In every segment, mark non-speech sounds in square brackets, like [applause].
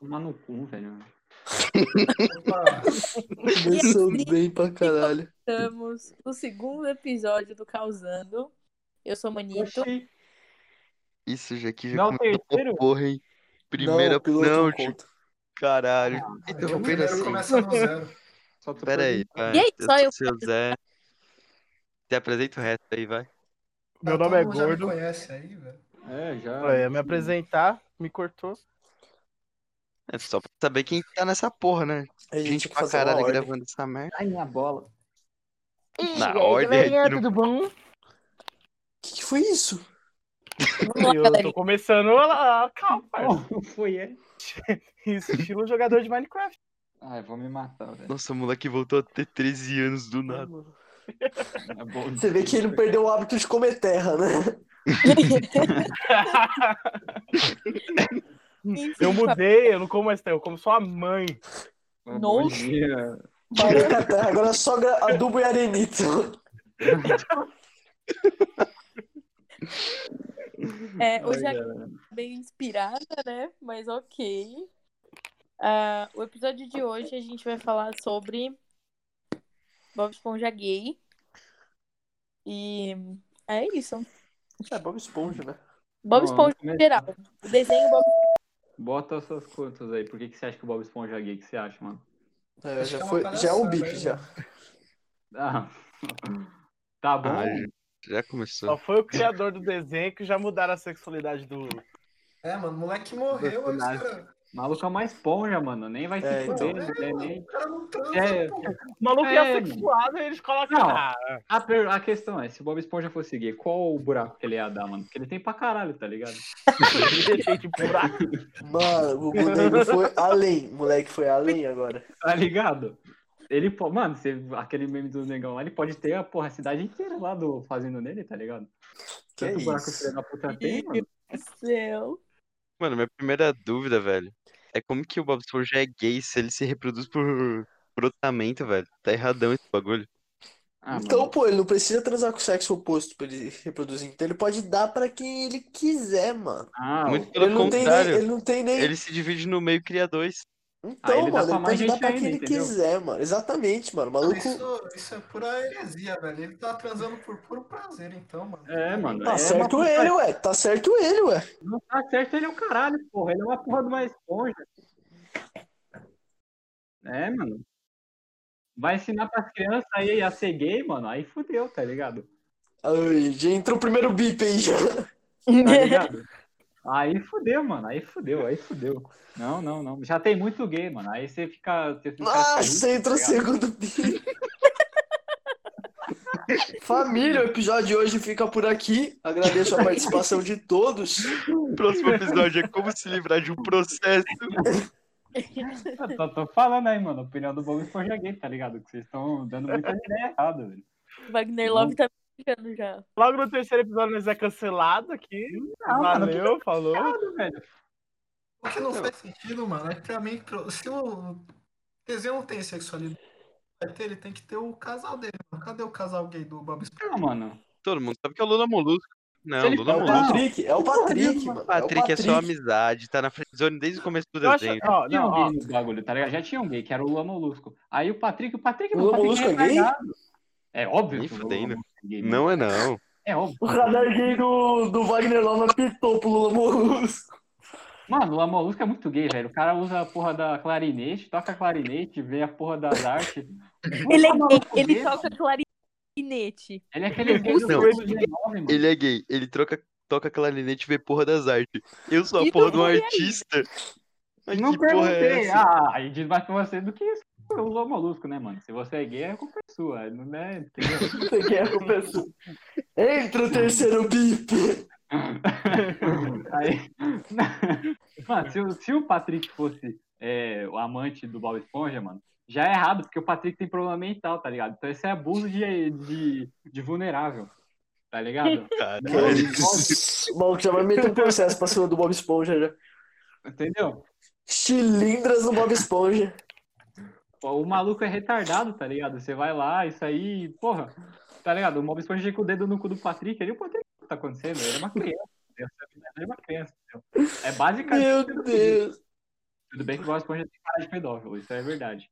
Tomar no cu, velho. Começou bem pra caralho. Estamos no segundo episódio do Causando. Eu sou Manito. Oxi, Isso, Jaqui já Não, começou uma terceiro? porra, hein? Primeira. não, piloto Não, não tio, conta. caralho. Ah, então O Interrompendo primeiro assim. começa no zero. só tô Pera aí, perguntando. vai. E aí, só eu- sou o seu Zé. Te apresenta o resto aí, vai. [laughs] Meu Ah, nome é todo mundo já me Gordo. conhece aí, velho. É, já. Eu ia me apresentar, me cortou. É só pra saber quem tá nessa porra, né? A gente, Gente tinha que pra fazer uma caralho ordem. gravando essa merda. Ai, minha bola. Na ordem aqui no- tudo bom? Que que foi isso? Vamos lá, Eu galerinha. tô começando a... Calma, parça. Não, foi é? ele. Isso, estilo jogador de Minecraft. Ai, vou me matar, velho. Nossa, o moleque voltou a ter 13 anos do nada. É bom Você vê que demais. ele perdeu o hábito de comer terra, né? Enfim, Eu mudei, eu não como mais terra, eu como só a mãe. é Bom Nossa. dia. Parou com a terra, agora é só gra- adubo e arenito. [laughs] é, hoje Ai, é bem inspirada, né? Mas ok. Ah, o episódio de hoje a gente vai falar sobre Bob Esponja gay. E é isso. É Bob Esponja, né? Bob Bom, Esponja vamos é. em geral. O desenho Bob Bota essas contas aí. Por que, que você acha que o Bob Esponja é gay? O que você acha, mano? É, Acho que já, é uma foi, já é palhaçada, um bip, hein, já. Ah. [laughs] Tá bom. Ah, já, já começou. Só foi o criador do desenho que já mudaram a sexualidade do. É, mano, o moleque morreu, aí os cara- O maluco é uma esponja, mano. Nem vai se É, então. fuder, não tem nem. o cara não transa, É. pô. O maluco é, É, assexuado e eles colocam. Não. Ah, A, per- a questão é, se o Bob Esponja fosse gay, qual o buraco que ele ia dar, mano? Porque ele tem pra caralho, tá ligado? ele tem tipo buraco. Mano, o boneco foi além. O moleque foi além agora. Tá ligado? Ele, po- mano, você, aquele meme do negão lá, ele pode ter a, porra, a cidade inteira lá do fazendo nele, tá ligado? Que Tanto buraco que isso? filho da puta tem, mano. do céu. Mano, minha primeira dúvida, velho, é como que o Bob Esponja é gay se ele se reproduz por brotamento, velho? Tá erradão esse bagulho. Ah, mano, Então, pô, ele não precisa transar com o sexo oposto pra ele reproduzir. Então ele pode dar pra quem ele quiser, mano. ah, Muito pelo Ele não, tem nem, contrário, ele não tem nem. ele se divide no meio e cria dois. Então, ele dá mano, pra mais ele pode dar gente pra quem ainda, ele entendeu? quiser, mano. Exatamente, mano. O Mano, maluco. tá Isso, isso é pura heresia, velho. Ele tá transando por puro prazer, então, mano. É, mano. Tá é uma certo puta- ele, ué. Tá certo ele, ué. Não tá certo, ele é um caralho, porra. Ele é uma porra de uma esponja. É, mano. Vai ensinar pras crianças aí a ser gay, mano. Aí fudeu, tá ligado? Ai, já entrou o primeiro bip aí já. Tá [laughs] ligado? Aí fudeu, mano. Aí fudeu, aí fudeu. Não, não, não. Já tem muito gay, mano. Aí você fica. Você fica [laughs] tá Nossa, Ah, entrou o ligado? segundo [laughs] bip. Família, o episódio de hoje fica por aqui. Agradeço a participação de todos. Próximo episódio é como se livrar de um processo. Eu tô, tô falando aí, mano. A opinião do Bob Esponja é gay, tá ligado? Que vocês estão dando muita ideia errada, velho. [laughs] Wagner Love tá brincando já. Logo no terceiro episódio nós é cancelado aqui. Não, mano, Valeu, falou. errado, velho. O que não faz sentido, mano, é que pra mim, pro- se o desenho não tem sexualidade, vai ter, ele tem que ter o casal dele, mano. Cadê o casal gay do Bob Esponja? Não, mano. Todo mundo sabe que é o Lula Molusco. Não, ele Lula É o Não. Molusco. Patrick, é o Patrick, mano. O Patrick é só amizade, tá na friendzone desde o começo do Eu acho- desenho. ó, Tinha não, um ó, gay no bagulho, tá ligado? Já tinha um gay, que era o Lula Molusco. Aí o Patrick, o Patrick O não Lula Molusco é gay? É óbvio Nem que o fudei, Lula né? Molusco é gay. mano. Não é não. É óbvio. O radar gay do, do Wagner Love apitou pro Lula Molusco. Mano, o Lula Molusco é muito gay, velho. O cara usa a porra da clarinete, toca clarinete, vê a porra das artes. Ele é gay, maluco ele gay, toca clarinete. Ele é aquele gay do Não. século XIX, mano. Ele é gay, ele troca, toca clarinete e vê porra das artes. Eu sou a E porra não de um foi aí. artista. Mas não que porra é perguntei. essa? ah, aí diz mais pra você do que isso. Eu uso molusco, né, mano? Se você é gay, é culpa sua, não é? Entendeu? [laughs] Você quer o pessoal. Entra o terceiro bip. Aí... [laughs] mano, se, o- se o Patrick fosse é, o amante do Bob Esponja, mano, já é errado, porque o Patrick tem problema mental, tá ligado? Então esse é abuso de, de, de vulnerável, tá ligado? Caralho. Nossa, O maluco já vai meter um processo pra cima do Bob Esponja já. Entendeu? Chilindras no Bob Esponja. O maluco é retardado, tá ligado? Você vai lá, isso aí, porra, tá ligado? O Bob Esponja chega com o dedo no cu do Patrick, ali o Patrick o que tá acontecendo, ele é uma criança. entendeu? Ele é uma criança, entendeu? É basicamente Meu Deus. Tudo bem que o Bob Esponja tem cara de pedófilo, isso é verdade.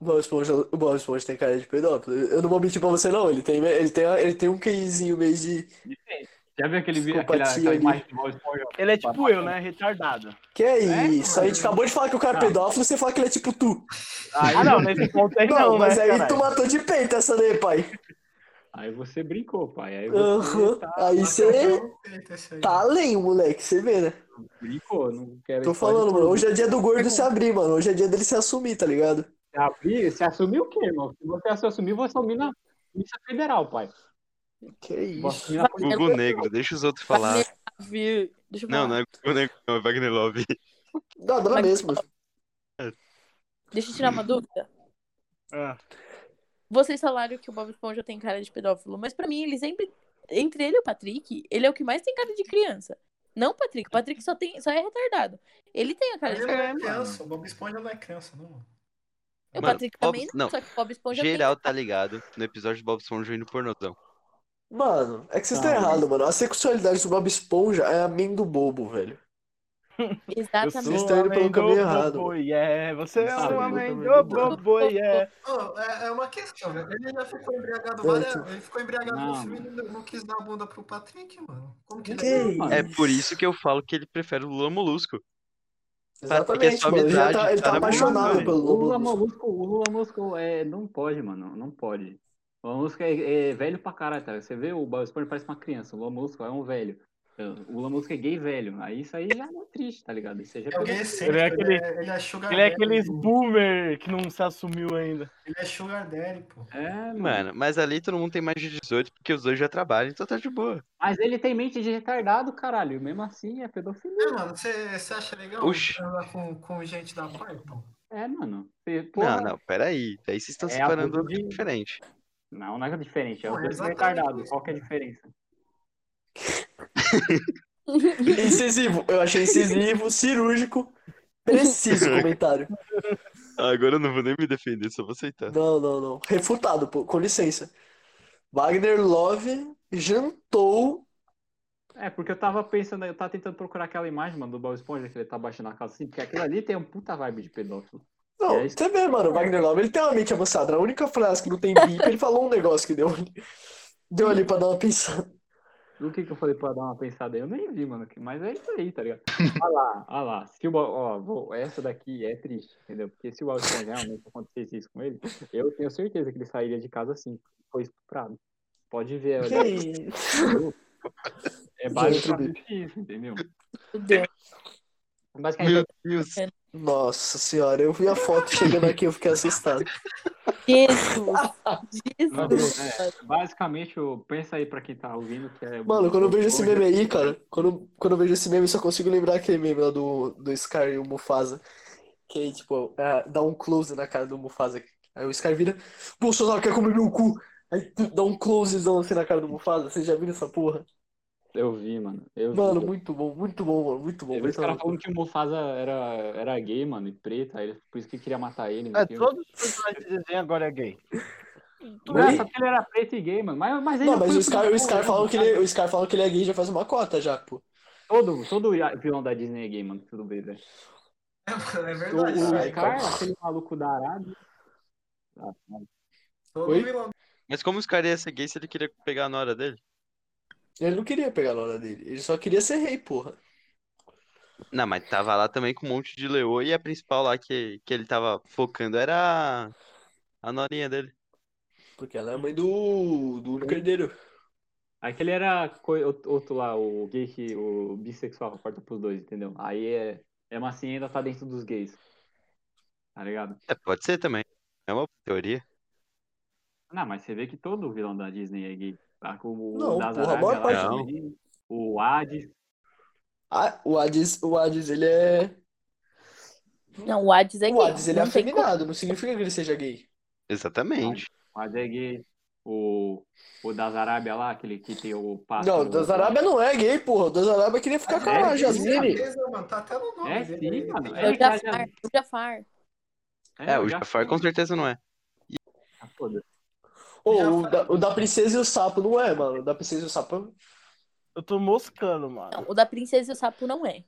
Bob Esponja, o Bob Esponja tem cara de pedófilo. Eu não vou mentir pra você, não. Ele tem, ele tem, ele tem um queizinho meio de. Já viu aquele, vi- Psicopatia aquela, aquela ali. imagem do Bob Esponja? Ele é tipo eu, né? Retardado. Que é É, isso? A gente acabou de falar que o cara é Ah. pedófilo, você fala que ele é tipo tu. Aí, Ah, não, nesse ponto aí Não, não, mas né? aí caralho? tu matou de peito essa daí, pai. aí você brincou, pai. Aí você Aham. Aí você Acertou o peito esse aí. tá além, moleque. Você vê, né? brincou, não quero Tô pode falando, mano. tudo. Hoje é dia do gordo se abrir, mano. Hoje é dia dele se assumir, tá ligado? Se abrir, se assumir o quê, irmão? Se você se assumir, você é assumir na Polícia Federal, pai. Que isso. Você assumir na Polícia Google Negro, deixa os outros falar. Wagner Love. Deixa eu falar. Não, não é Google Negro, não, é Wagner Love. Dá, dá Mas- mesmo. Deixa eu tirar uma dúvida. Ah. Vocês falaram que o Bob Esponja tem cara de pedófilo, mas pra mim ele sempre. Entre ele e o Patrick, ele é o que mais tem cara de criança. Não o Patrick. O Patrick só, tem, só é retardado. Ele tem a cara de Ele não É, é mano. criança, o Bob Esponja não é criança, não. mano. O Mano, Patrick Bob- também não. não, só que o Bob Esponja Geral tá ligado no episódio do Bob Esponja indo pornozão. Mano, é que vocês Ah, estão mano. errados, mano. A sexualidade do Bob Esponja é a mim do bobo, velho. tem. Eu Exatamente. Vocês sou estão indo pelo amendo caminho errado. boboié, Você é Sabe, um homem eu do também. boboié. Ô, é, é uma questão, velho. Ele já ficou embriagado Não, várias tipo- Ele ficou embriagado Não, no filme e não, não quis dar a bunda pro Patrick, mano. Como que Que ele isso? mano. É por isso que eu falo que ele prefere o Lula Molusco. Porque é Exatamente, sua mano. Ele já amizade, tá, ele tá tá na apaixonado verdade. pelo O Lula Lobo. Molusco, o Lula Molusco é, não pode, mano. Não pode. O Lula Molusco é, é velho pra caralho, tá? Você vê o Bob Esponja parece uma criança. O Lula Molusco é um velho. O Lula Molusco é gay velho. Aí isso aí já é triste, tá ligado? Isso aí já é alguém é excêntrico, Ele é aquele- ele é, ele é sugar Ele é daddy, aqueles pô. boomer que não se assumiu ainda. Ele é sugar daddy, pô. É, mano. Mano, mas ali todo mundo tem mais de 18, porque os dois já trabalham, então tá de boa. Mas ele tem mente de retardado, caralho. Mesmo assim, é pedofilia. É, mano, você você acha legal Oxi. andar com, com gente da pai, pô? [laughs] É, mano. Você- porra, Não, não, peraí. Daí vocês estão É separando abuso de- diferente. Não, não é diferente, é Pô, os dois exatamente retardados. isso, Qual que é a diferença? Incisivo. Eu achei incisivo, cirúrgico. Preciso o comentário. Ah, Agora eu não vou nem me defender, só vou aceitar. Não, não, não. Refutado, pô. Com licença. Wagner Love jantou. É, porque eu tava pensando, eu tava tentando procurar aquela imagem, mano, do Bob Esponja, que ele tá baixando a calcinha, porque aquilo ali tem um puta vibe de pedófilo. Não, É isso. você vê, mano, o Wagner Love, ele tem uma mente avançada. A única frase que não tem bip, ele falou um negócio que deu, [laughs] deu ali pra dar uma pensada. O que que eu falei pra dar uma pensada aí? Eu nem vi, mano, que- mas é isso aí, tá ligado? [laughs] Olha lá, olha lá. Se o Bob, ó, vou- essa daqui é triste, entendeu? Porque se o Bob Esponja realmente acontecesse isso com ele, eu tenho certeza que ele sairia de casa assim, foi estuprado. Pode ver, Que olha, isso? é basicamente isso, entendeu? Meu Deus. Basicamente, Meu Deus. Nossa senhora, eu vi a foto chegando aqui, eu fiquei [laughs] assustado. [laughs] Jesus. Jesus. é, basicamente eu- pensa aí pra quem tá ouvindo que é. Mano, quando eu vejo esse Esponja- meme aí, cara, quando, quando eu vejo esse meme, eu só consigo lembrar aquele meme lá do, do Scar e o Mufasa. Que aí, tipo, é, dá um close na cara do Mufasa. Aí o Scar vira, Bolsonaro quer comer meu cu. Aí tu dá um closezão assim na cara do Mufasa. Vocês já viram essa porra? Eu vi, mano. Eu vi. Mano, muito bom, muito bom, mano, muito bom. Eu vi os muito caras bom. Uhum. falando que o Mufasa era, era gay, mano, e preto, aí ele- por isso que queria matar ele. no É, filme. todos os personagens de desenho agora é gay. Não, é só porque ele era preto e gay, mano. Mas, mas ele Não, mas foi o Scar, o vilão, Scar né? falou que ele, o Scar falou que ele é gay já faz uma cota já, pô. Todo, todo vilão da Disney é gay, mano, tudo bem, velho. É, mano, é O, verdade. o velho. Scar, aquele maluco da Arábia. Todo Oi? vilão. Mas como os caras iam ser gay se ele queria pegar a nora dele? Ele não queria pegar a hora dele, ele só queria ser rei, porra. Não, mas tava lá também com um monte de leoa e a principal lá que, que ele tava focando era a, a norinha dele. Porque ela é a mãe do, do único herdeiro. Aquele era co- outro lá, o gay que. O bissexual, corta pros dois, entendeu? Aí é. É uma assim, ainda tá dentro dos gays. Tá ligado? É, pode ser também. É uma teoria. Não, mas você vê que todo vilão da Disney é gay. Tá? Como Não, o das porra, a maior Arábia lá parte- também, O Hades. Ah, o Hades, o Hades, ele é. Não, o Hades é gay. O Hades, ele é Não tem como. afeminado, não significa que ele seja gay. Exatamente. Mas é gay. O, o das Arábia lá, aquele que tem o pássaro. Ah, Não, Ah, o das Arábia não é gay, porra. O das Arábia queria ficar com É, a sim, Jasmine. Certeza, mano, tá até no nome É dele. sim, aí. né? mano. É É, o Jafar. O Jafar. Ah, É, o Jafar com certeza não é. Ou o da, o da Princesa e o Sapo não é, mano. O da Princesa e o Sapo. Eu tô moscando, mano. Não, o da Princesa e o Sapo não é.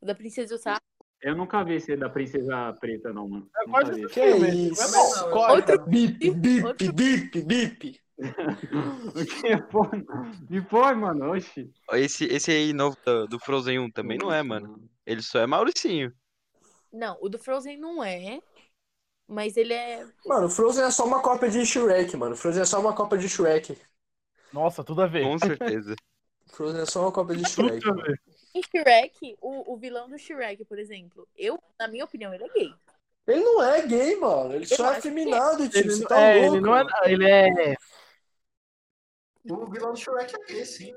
O da Princesa e o Sapo Eu nunca vi esse da Princesa Preta, não, mano. É, Eu Nunca gosto vi. [laughs] desse Que filme. isso? É bom. Corta. Outro- Bip, bip, Outro- bip, bip. Que foi? Que foi, mano? Oxi. Esse, esse aí novo do, do Frozen 1 também não é, mano. Ele só é Mauricinho. Não, o do Frozen não é. Mas ele é. Mano, Frozen é só uma cópia de Shrek, mano. Frozen é só uma cópia de Shrek. Nossa, tudo a ver. Com certeza. Frozen é só uma cópia de Shrek. Tudo a ver. Em Shrek, o, o vilão do Shrek, por exemplo, eu, na minha opinião, ele é gay. Ele não é gay, mano. Ele Eu só é acho que é. afeminado, tio. Ele, Você não- tá é, louco? ele não é. Ele é. O vilão do Shrek é gay, sim.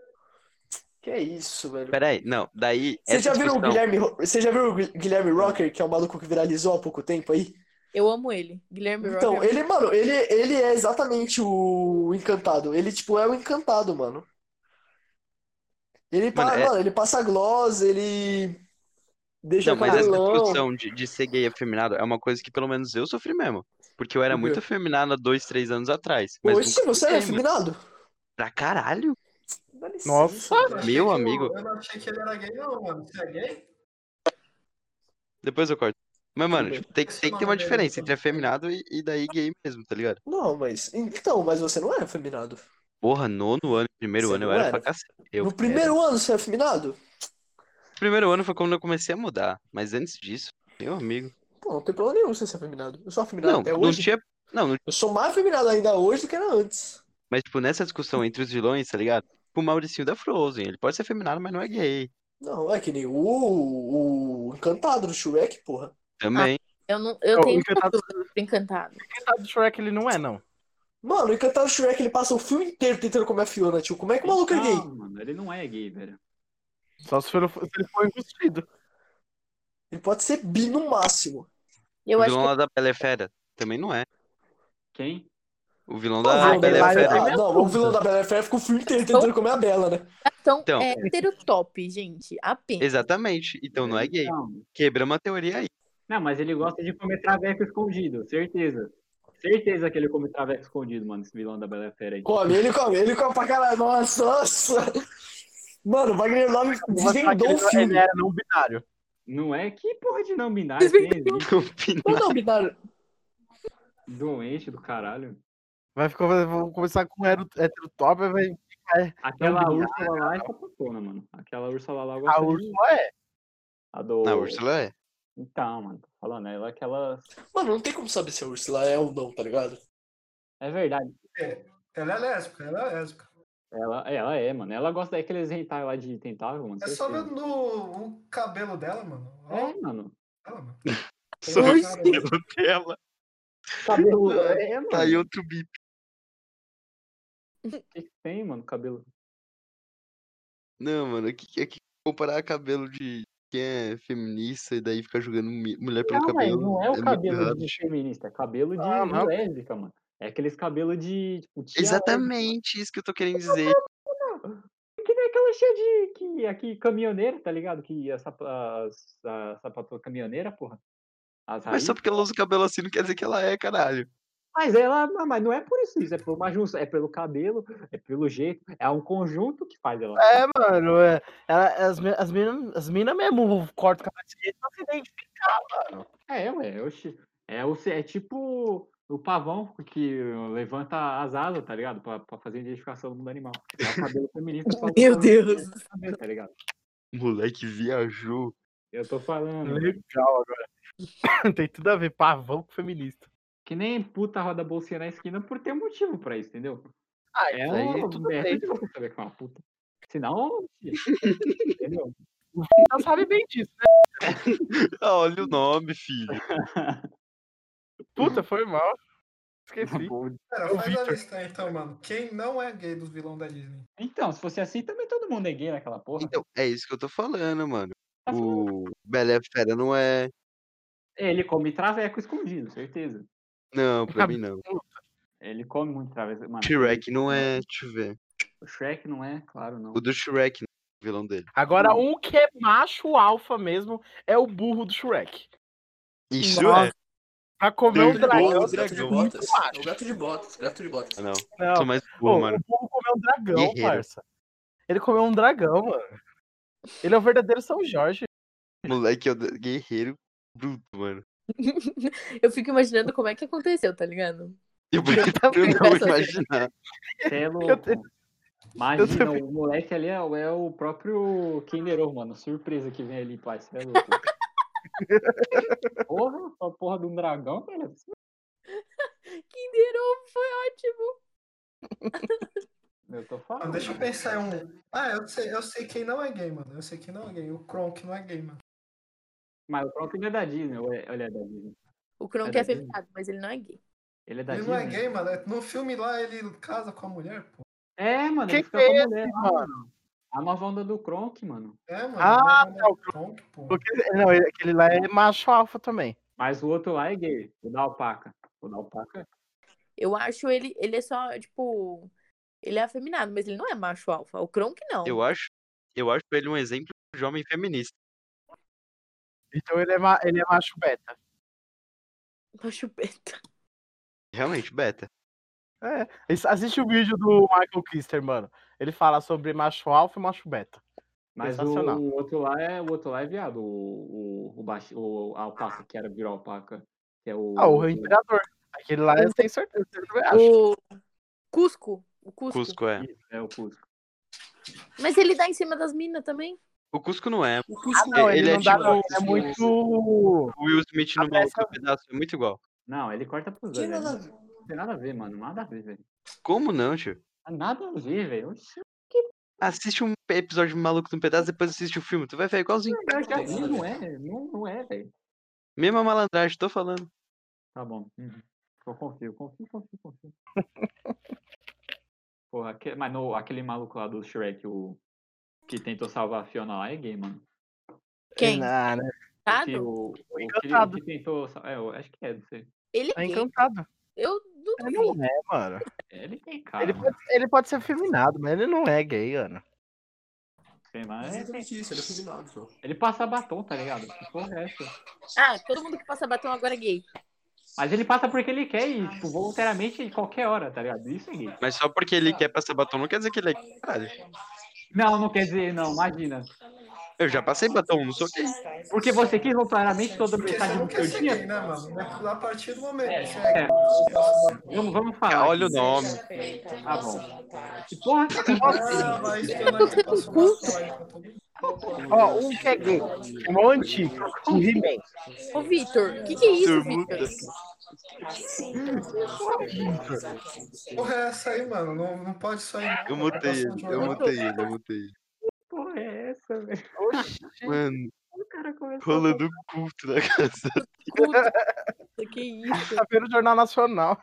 Que isso, velho. Pera aí, não. Daí. Vocês essa é já viram o discussão- Guilherme, Ro- vocês já viram o Gui- Guilherme Rocker, que é o maluco que viralizou há pouco tempo aí? Eu amo ele. Guilherme Então, Rocker. ele, mano, ele, ele é exatamente o encantado. Ele, tipo, é o encantado, mano. Ele, pa- Mano, é- mano, ele passa gloss, ele deixa Não, mas essa cabelão. discussão de, de ser gay e afeminado é uma coisa que pelo menos eu sofri mesmo. Porque eu era Por muito quê? afeminado há dois, três anos atrás. Mas Oxe, nunca você é fiquei, mano. afeminado? Pra caralho? Dá licença, Nossa. Eu velho. achei Meu que o- amigo. Eu não achei que ele era gay, não, mano. Você é gay? Depois eu corto. Mas, mano, bem. tipo, tem, tem que ter uma diferença entre afeminado e, e daí gay mesmo, tá ligado? Não, mas. Então, mas você não é afeminado. Porra, nono ano, primeiro Você ano, eu não era era? pra cacete. Eu No era. primeiro ano você é afeminado? Primeiro ano foi quando eu comecei a mudar. Mas antes disso, meu amigo. Pô, não tem problema nenhum você ser afeminado. Eu sou afeminado Não, até não hoje. tinha. Não, não- Eu sou mais afeminado ainda hoje do que era antes. mas, tipo, nessa discussão entre os vilões, tá ligado? O Mauricinho da Frozen, ele pode ser afeminado, mas não é gay. Não, é que nem o, o Encantado do Shrek, porra. Também. Eu, não, eu Não, tenho o Encantado- uma dúvida pro encantado. Coitado do Shrek, ele não é, não. Mano, o Encantado do Shrek, ele passa o filme inteiro tentando comer a Fiona, tio. Como é que o maluco é gay? Não, mano, ele não é gay, velho. Só se, for, se ele for engustido. Ele pode ser bi no máximo. Eu o acho vilão que lá da Bela e Fera também não é. Quem? O vilão Não, da o vilão Bela da e Fera. Bela- Fera. ah, não, o vilão da Bela e Fera fica o filme inteiro tentando comer a Bela, né? então, Então. é heterotop, gente. Apenas. Exatamente. Então não é gay. Não. Quebramos a teoria aí. [laughs] Não, mas ele gosta de comer traveco escondido, certeza. Certeza que ele come traveco escondido, mano, esse vilão da Bela e a Fera aí. Come, ele come, ele come pra caralho. Nossa, nossa. Mano, o Wagner Love Mostrar que desvendou o ele não- é, Ele filme. era não binário. Não é? Que porra de não binário que existe? Não, não, binário. Doente do caralho. Vai ficar, vou começar com o hero- heterotop, vai. Aquela Não binário, Úrsula lá é sapatona, mano. Aquela Úrsula lá A gosta de- Ursula é. A do... Na Úrsula é. Então, mano, tô falando, ela é aquela... Mano, não tem como saber se a Ursula é ou não, tá ligado? É verdade. Ela é lésbica, ela é lésbica. Ela, ela é, mano. Ela gosta daqueles hentai lá de tentáculo, mano. É só certeza. vendo no, o cabelo dela, mano. Olha É, mano. ela, mano. Só [laughs] Oi, o cabelo dela. Cabelo... É, mano. Tá aí outro bip. O que que tem, mano, cabelo? Não, mano, é que, que, que comparar cabelo de quem é feminista e daí ficar jogando mulher pelo Não, mas cabelo. não é é o muito cabelo errado. de feminista, é cabelo de Ah, não. lésbica, mano. É aqueles cabelos de, tipo, tia Exatamente isso que eu tô querendo é. dizer. lésbica, Que nem aquela cheia de, que, aqui, caminhoneira, tá ligado? Que a, sapa, as- a, sapato caminhoneira, porra. As Mas só raízes. porque ela usa o cabelo assim não quer dizer que ela é, caralho. Mas ela, ah, mas não é por isso, isso é por uma junção, é pelo cabelo, é pelo jeito, é um conjunto que faz ela. É, mano. É, ela, as, me- as minas as mina mesmo cortam o cabelo desse jeito pra se identificar. É, ué, oxi. É, o, é tipo o pavão que levanta as asas, tá ligado? Pra, pra fazer identificação do mundo animal. É o cabelo [laughs] feminista. pra Meu lutar Deus. no cabelo, Tá ligado? Moleque viajou. Eu tô falando. Legal agora. [coughs] Tem tudo a ver, pavão com feminista. Que nem puta roda bolsinha na esquina por ter um motivo pra isso, entendeu? Ah, É, isso aí tudo um, é bem. muito você saber que é uma puta. Senão, [laughs] entendeu? Ela sabe bem disso, né? Ah, olha o nome, filho. Puta, foi mal. Esqueci. Cara, É o faz a Victor. lista aí, então, mano. Quem não é gay dos vilões da Disney? Então, se fosse assim, também todo mundo é gay naquela porra. Então, é isso que eu tô falando, mano. Tá falando. O Bela e a Fera não é. Ele come traveco escondido, certeza. Não, pra mim [laughs] não. Ele come muito traveco. Ah, Mano, Shrek não é. Deixa eu ver. O Shrek não é, claro, não. O do Shrek, o vilão dele. Agora, um que é macho alfa mesmo é o burro do Shrek. Isso Nossa. é. Pra comer um Tem dragão. bolas, é gato de muito macho. O gato de botas, gato de botas. Ah, Não, Não, sou mais pô, burro, mano. o burro comeu um dragão, Guerreiro. parça. Ele comeu um dragão, mano. Ele é o verdadeiro São Jorge. Moleque é o guerreiro bruto, mano. Eu fico imaginando como é que aconteceu, tá ligado? [laughs] Eu, [laughs] também, não essa- imaginar. Você [laughs] é Eu louco. tenho- eu Imagina, também. o moleque ali é, o- é o próprio Kinder Ovo, mano. Surpresa que vem ali, pai. Você é [laughs] louco. Porra, a porra de um dragão, velho. Kinder Ovo foi ótimo. Eu tô Mano, falando. deixa eu pensar em um. Ah, eu sei, eu sei quem não é gay, mano. Eu sei quem não é gay. O Kronk não é gay, mano. Mas o próprio não é da Disney. ou é- Olha, é da Disney. O Kronk é Era gay? afeminado, mas ele não é gay. Ele é da Ele não Disney. é gay, mano. No filme lá ele casa com a mulher, pô. É, mano, Que ele fica que com é a mulher, lá, mano. A nova onda do Kronk, mano. É, mano. Ah, ele tá, o é Kronk, pô. Porque, não, ele- aquele lá é macho alfa também. Mas o outro lá é gay. O da alpaca. O da alpaca. Eu acho ele, ele é só, tipo. Ele é afeminado, mas ele não é macho alfa. O Kronk não. Eu acho, eu acho ele um exemplo de homem feminista. Então ele é, ma- ele é macho beta. Macho beta. Realmente, beta. É. Isso- Assiste o vídeo do Michael Kister, mano. Ele fala sobre macho alfa e macho beta. Mas o, Sensacional. o outro lá é o outro lá é viado, o, o, o, baixi- o a alpaca que era virou alpaca, que é o Ah, o imperador. Aquele lá eu tenho certeza, eu também acho. O Cusco. O Cusco. Cusco é. é o Cusco. Mas ele dá em cima das minas também. O Cusco não é. O Cusco, Ah, Não, ele, ele é não dá, tipo- não. Ele é muito. O Will Smith no A maluco no pedaço é muito igual. Não, ele corta pros Que dois. né? nada a ver. Não tem nada a ver, mano. Nada a ver, velho. Ah, Como não, tio? Nada a ver, velho. Oxi, Assiste um episódio de Maluco no Pedaço, depois assiste o filme. Tu vai ver igualzinho. eu já tem vi, nada a não é, não, não é, velho. Mesma malandragem, tô falando. Tá bom. uhum. Eu confio, confio, confio, confio. Porra, aque- mas no, aquele maluco lá do Shrek, o que tentou salvar a Fiona lá é gay, mano. Quem? Ah, né? Que Encantado? o, o, que, o Encantado. que tentou, sal- é, eu acho que é, não sei. Ele É é gay. encantado. Eu não Ele duvido. não é, mano. Ele tem cara. Ele mano. pode, ele pode ser feminado, mas ele não é gay, Ana. Sei, mas é- Exatamente isso, ele é combinado, João. Ele passa batom, tá ligado? Que porra é essa? Ah, todo mundo que passa batom agora é gay. Mas ele passa porque ele quer e, tipo, voluntariamente em qualquer hora, tá ligado? Isso aí. Mas só porque ele quer passar batom não quer dizer que ele é gay, caralho. Não, não quer dizer, não, imagina. Eu já passei batom, não sou gay. Porque você quis voluntariamente toda a Porque você metade não do quer seu ser dia. gay, né, mano? É A partir do momento que você É, é gay. vamos, vamos falar. Ah, Olha o aqui. nome. Tá bom. Que porra é essa? Ah, mas tem mais que passou bastante, todo mundo. Ó, um que é gay. Um monte. O He-Man. Ô, Vitor, o que, que é isso, Vitor? Porra, é essa aí, mano. Não, não pode sair. Eu mutei ele, eu mutei ele, eu mutei ele. Que porra é essa, velho? Mano, O cara começou. a- rolando culto na [laughs] casa. Puta, que isso? Tá vendo o Jornal Nacional.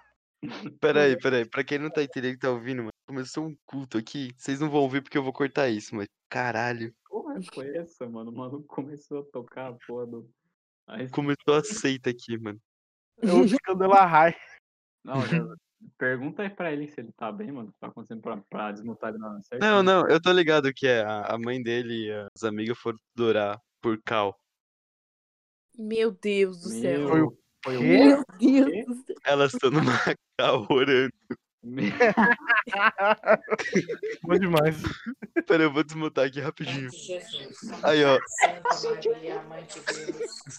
Peraí, peraí. Pra quem não tá entendendo que tá ouvindo, mano, começou um culto aqui. Vocês não vão ouvir porque eu vou cortar isso, mas caralho. Que porra foi essa, mano? O maluco começou a tocar a porra do. Aí- Começou a seita aqui, mano. É O Candela High. Não, já- pergunta aí pra ele se ele tá bem, mano. O que tá acontecendo pra, pra desmontar ele na hora certa? Não, não, eu tô ligado que é. A a mãe dele e as amigas foram adorar por cal. Meu Deus do céu. Foi Meu, o foi o. quê? Meu Deus do céu. Elas estão numa [laughs] cal orando. Meu- Bom demais. Pera, eu vou desmontar aqui rapidinho. Aí, ó. Santa Maria, Mãe de Deus,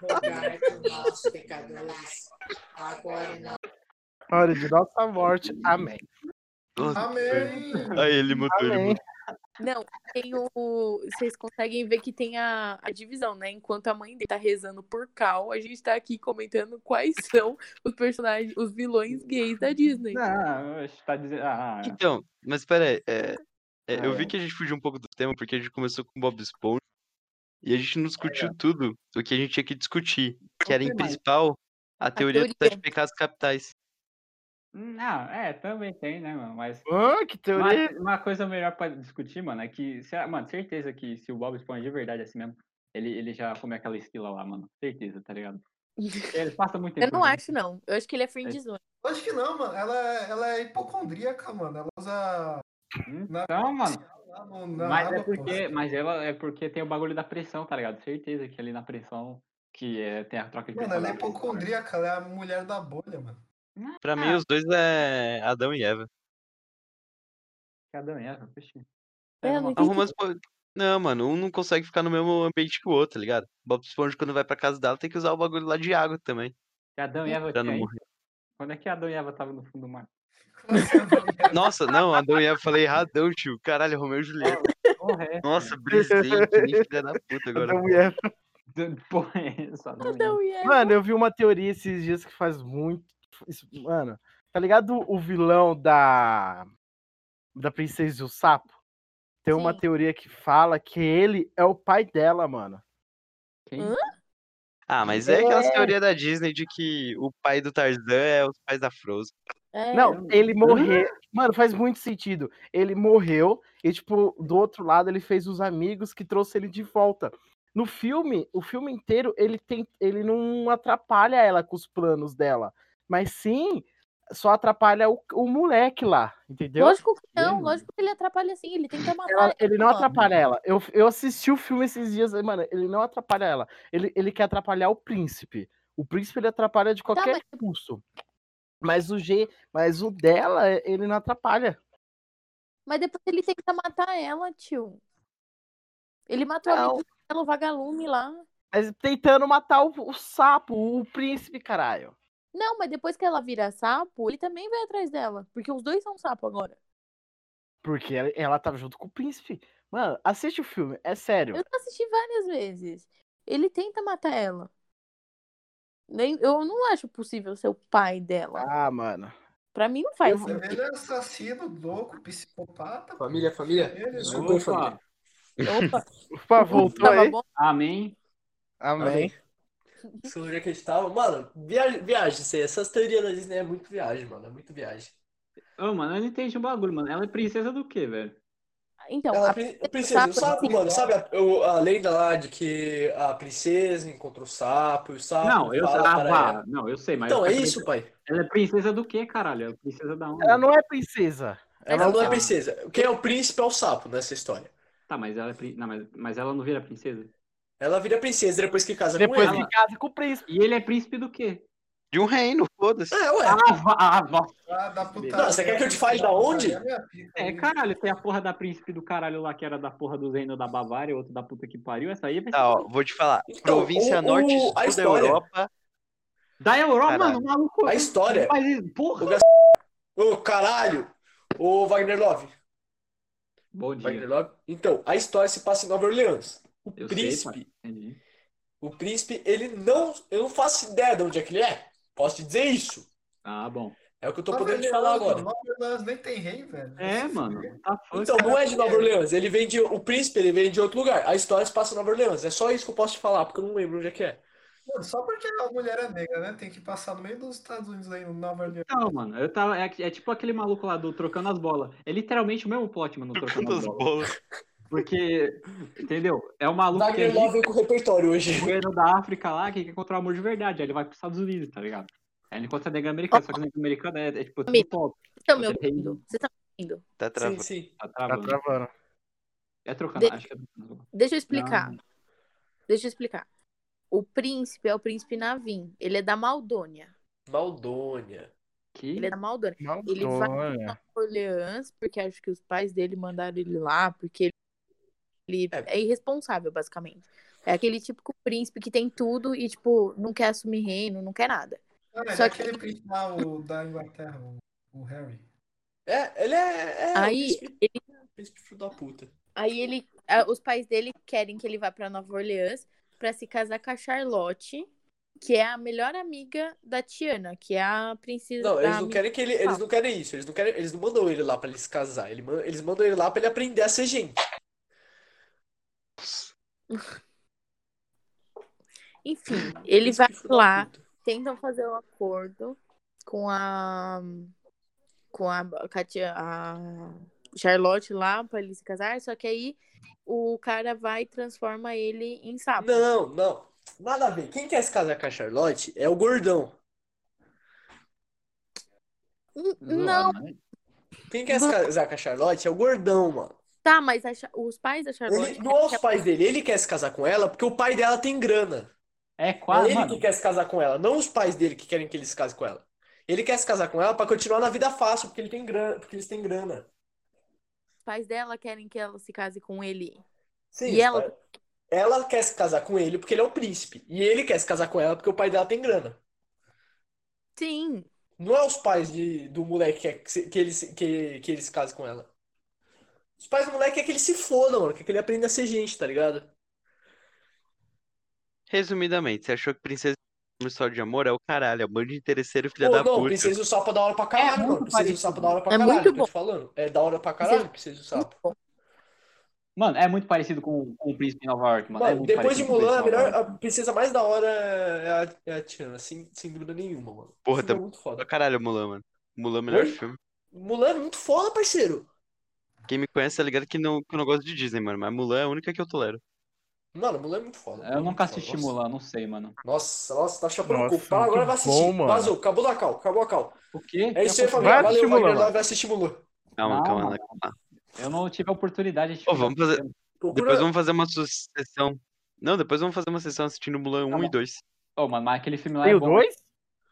rogai por nós, pecadores, agora e na Na Hora de nossa morte. Amém. Nossa, Amém. aí ele mutou, ele Amém. mutou. Não, tem o. Vocês conseguem ver que tem a, a divisão, né? Enquanto a mãe dele tá rezando por Cal, a gente tá aqui comentando quais são os personagens, os vilões gays da Disney. Não, acho que tá dizendo. Ah, Então, mas pera aí, é, é, eu Ah, vi é. que a gente fugiu um pouco do tema, porque a gente começou com Bob Esponja e a gente não discutiu tudo o que a gente tinha que discutir, que era em tem mais. principal a teoria dos teoria. sete pecados capitais. Não, é, também tem, né, mano? Mas, Ah, que teoria. mas uma coisa melhor pra discutir, mano, é que, será- mano, certeza que se o Bob Esponja de verdade é assim mesmo, ele, ele já come aquela esquila lá, mano. Certeza, tá ligado? Ele passa muito tempo. Eu não junto. acho, não. Eu acho que ele é friendzone. Acho que não, mano. Ela, ela é hipocondríaca, mano. Ela usa. Então, mano, lá no- na mas é água, pô. porque, mas ela é porque tem o bagulho da pressão, tá ligado? Certeza que ali na pressão que é, tem a troca de Mano, pressão. ela é da pressão, né? hipocondríaca, ela é a mulher da bolha, mano. Pra mim, Ah. os dois é Adão e Eva. Que Adão e Eva, poxa. É, eu não tá É um romance, po- Não, mano, um não consegue ficar no mesmo ambiente que o outro, tá ligado? Bob Esponja, quando vai pra casa dela, tem que usar o bagulho lá de água também, Que Adão e Eva pra não tinha isso? morrer. Quando é que Adão e Eva estavam no fundo do [laughs] mar? Nossa, não, Adão e Eva, falei erradão, tio. Caralho, Romeu e Julieta. Porra, é. Nossa, brisei, que nem filha da puta agora. Adão e Eva. [laughs] Porra, é essa, Adão e Eva. Adão e Eva. Mano, eu vi uma teoria esses dias que faz muito. isso- Mano, tá ligado o vilão da. Da Princesa e o Sapo? Tem uma Sim. teoria que fala que ele é o pai dela, mano. Quem? Hã? Ah, mas é aquelas teorias da Disney de que o pai do Tarzan é os pais da Frozen. É, Ah. Não, ele morreu. Mano, faz muito sentido. Ele morreu e, tipo, do outro lado, ele fez os amigos que trouxe ele de volta. No filme, o filme inteiro, ele tem, ele não atrapalha ela com os planos dela. Mas sim, só atrapalha o, o moleque lá, entendeu? Lógico que Bem, não, mano. lógico que ele atrapalha sim, ele tenta matar Ela- ele não mano. atrapalha ela. Eu, eu assisti o filme esses dias, mano, ele não atrapalha ela. Ele, ele quer atrapalhar o príncipe. O príncipe ele atrapalha de qualquer Tá, mas- custo. Mas o G, mas o dela, eh, ele não atrapalha. Mas depois ele tenta matar ela, tio. Ele matou a Não. amiga dela, o vagalume lá. Mas tentando matar o, o sapo, o príncipe, caralho. Não, mas depois que ela vira sapo, ele também vai atrás dela. Porque os dois são sapo agora. Porque ela, ela tá junto com o príncipe. Mano, assiste o filme, é sério. Eu já assisti várias vezes. Ele tenta matar ela. Nem, eu não acho possível ser o pai dela. Ah, mano. Pra mim não faz. Você vê, [laughs] ele é assassino, louco, psicopata. Família, família. Ele, né? Desculpa aí, família. Opa, Opa, voltou tava aí. bom. Amém. Amém. Isso onde é que a gente tava? Mano, viagem, viagem, isso aí. Essas teorias da Disney é muito viagem, mano. É muito viagem. Ô, mano, eu não entendi o bagulho, mano. Ela é princesa do quê, velho? Então, Ela, a- a princesa, o sapo, assim, mano, sabe a, o- a lenda lá de que a princesa encontrou o sapo e o sapo Não, eu fala ah, para vá. ela. Não, eu sei, mas. Então, eu é sei- isso, pai. Ela é princesa do quê, caralho? Ela é princesa da onde? Ela não é princesa. Ela não é Ah. princesa. Quem é o príncipe é o sapo nessa história. Tá, mas ela é prin- não, mas, mas ela não vira princesa? Ela vira princesa depois que casa Depois com que ele. casa com o príncipe. E ele é príncipe do quê? De um reino, [laughs] foda-se. É, ué. Ah, va- ah, nossa. Ah, da puta. Não, você quer que eu te fale da onde? É, caralho, tem a porra da príncipe do caralho lá que era da porra do Zeno da Bavária, outro da puta que pariu. Essa aí é Tá, ó, vou te falar. Então, Província o- Norte o- e a Sul da história. [laughs] Europa. Da Europa, Caralho. mano, o maluco. A história. Mas, ele- porra. Ô, caralho! Ô, Wagner Love. Bom dia. Wagner Love. Então, a história se passa em Nova Orleans. O Eu sei, príncipe, pai. Entendi. o príncipe, ele não. Eu não faço ideia de onde é que ele é. Posso te dizer isso. Ah, bom. É o que eu tô podendo te falar agora. nem tem rei, velho. É, mano. Tá foda. Então, não é de Nova Orleans. Ele vem de. O príncipe, ele vem de outro lugar. A história se passa em Nova Orleans. É só isso que eu posso te falar, porque eu não lembro onde é que é. Mano, só porque a mulher é negra, né? Tem que passar no meio dos Estados Unidos aí, no Nova Orleans. Então, mano, eu tava. É, é tipo aquele maluco lá do Trocando as Bolas. É literalmente o mesmo plot, mano, do Trocando as Quantas Bolas. bolas? Porque, entendeu? É o maluco que é Wagner rico, Love veio com o repertório hoje. o governo da África lá que quer encontrar o amor de verdade. Aí ele vai pros Estados Unidos, tá ligado? Aí ele encontra a negra americana, só que a negra americana é, é tipo tudo Amigo. top. vocês estão me ouvindo? Vocês estão me ouvindo? Tá Sim, travando. sim. Tá Tá travando. travando. É trocando, De- acho que é trocando. Deixa eu explicar. Deixa eu explicar. O príncipe é o príncipe Navim. Ele é da Maldônia. Maldônia. Que? Ele é da Maldônia. Ele vai- Maldônia. Orleans, porque acho que os pais dele mandaram ele lá, porque ele É. é, irresponsável, basicamente. É aquele típico príncipe que tem tudo e, tipo, não quer assumir reino, não quer nada. Ah, ele Só é que- aquele príncipe lá, o da Inglaterra, o, o Harry. É, ele é. é Aí, príncipe, ele- príncipe filho da puta. aí ele, a- os pais dele querem que ele vá pra Nova Orleans pra se casar com a Charlotte, que é a melhor amiga da Tiana, que é a princesa. Não, a eles não amiga- querem que ele, eles não querem isso, eles não querem, eles não mandam ele lá pra ele se casar, ele man- eles mandam ele lá pra ele aprender a ser gente. Tá Enfim, ele Isso que vai filho da lá. puta. tentam fazer um acordo com a com a, com a tia- a Charlotte lá pra eles se casar, só que aí o cara vai e transforma ele em sapo. Não, não, nada a ver. Quem quer se casar com a Charlotte é o gordão. N- Zoar, Não, né? Quem quer se casar com a Charlotte é o gordão, mano. tá, mas a Cha- os pais da Charlotte Ele, não é os pais dele, ele quer se casar com ela porque o pai dela tem grana. É É quase, ele mano. que quer se casar com ela, não os pais dele que querem que ele se case com ela. Ele quer se casar com ela pra continuar na vida fácil, porque ele tem grana, porque eles têm grana. os pais dela querem que ela se case com ele. Sim, E ela- tá- ela quer se casar com ele porque ele é o príncipe. E ele quer se casar com ela porque o pai dela tem grana. Sim. Não é os pais de- do moleque que, é- que, se- que ele, se- que, que ele se case com ela. Os pais do moleque é que ele se foda, mano. Quer que ele aprenda a ser gente, tá ligado? Resumidamente, você achou que Princesa é uma história de amor? É o caralho, é um bando de interesseiro, filha Pô, da não, puta. Princesa do Sapo é da hora pra caralho, mano. muito Princesa do parecido. Sapo é da hora pra É caralho, muito tô te falando. É da hora pra caralho, Princesa do Sapo. Mano, é muito parecido com, com o Príncipe em Nova York, mano. é Mano, muito depois de parecido com o Mulan, a Príncipe em Nova melhor, a princesa mais da hora é a, é a Tiana, sem, sem dúvida nenhuma, mano. Porra, Esse tá- filme é muito Pra foda. caralho, Mulan, mano. Mulan é o melhor Oi? filme. Mulan é muito foda, parceiro. Quem me conhece tá ligado que não, que eu não gosto de Disney, mano. Mas Mulan é a única que eu tolero. Mano, Mulan é muito foda. York. Mulan é Eu muito nunca foda. assisti Nossa. Mulan, não sei, mano. Nossa, nossa, tá chapando o Nossa, cu. Fala, agora muito vai assistir. bom, mano. Vazou, acabou da cal, acabou a cal. O quê? É isso aí, Eu- família. Vai Valeu, assistir Mulan, Wagner mano. Vai assistir Mulan. Ah, Calma, Não, calma. mano. Eu não tive a oportunidade de Ô, vamos fazer- Procura... Depois vamos fazer uma sucessão. Não, depois vamos fazer uma sessão assistindo Mulan 1 Tá bom. e 2. Ô, mano, mas aquele filme lá Tem é o bom. dois?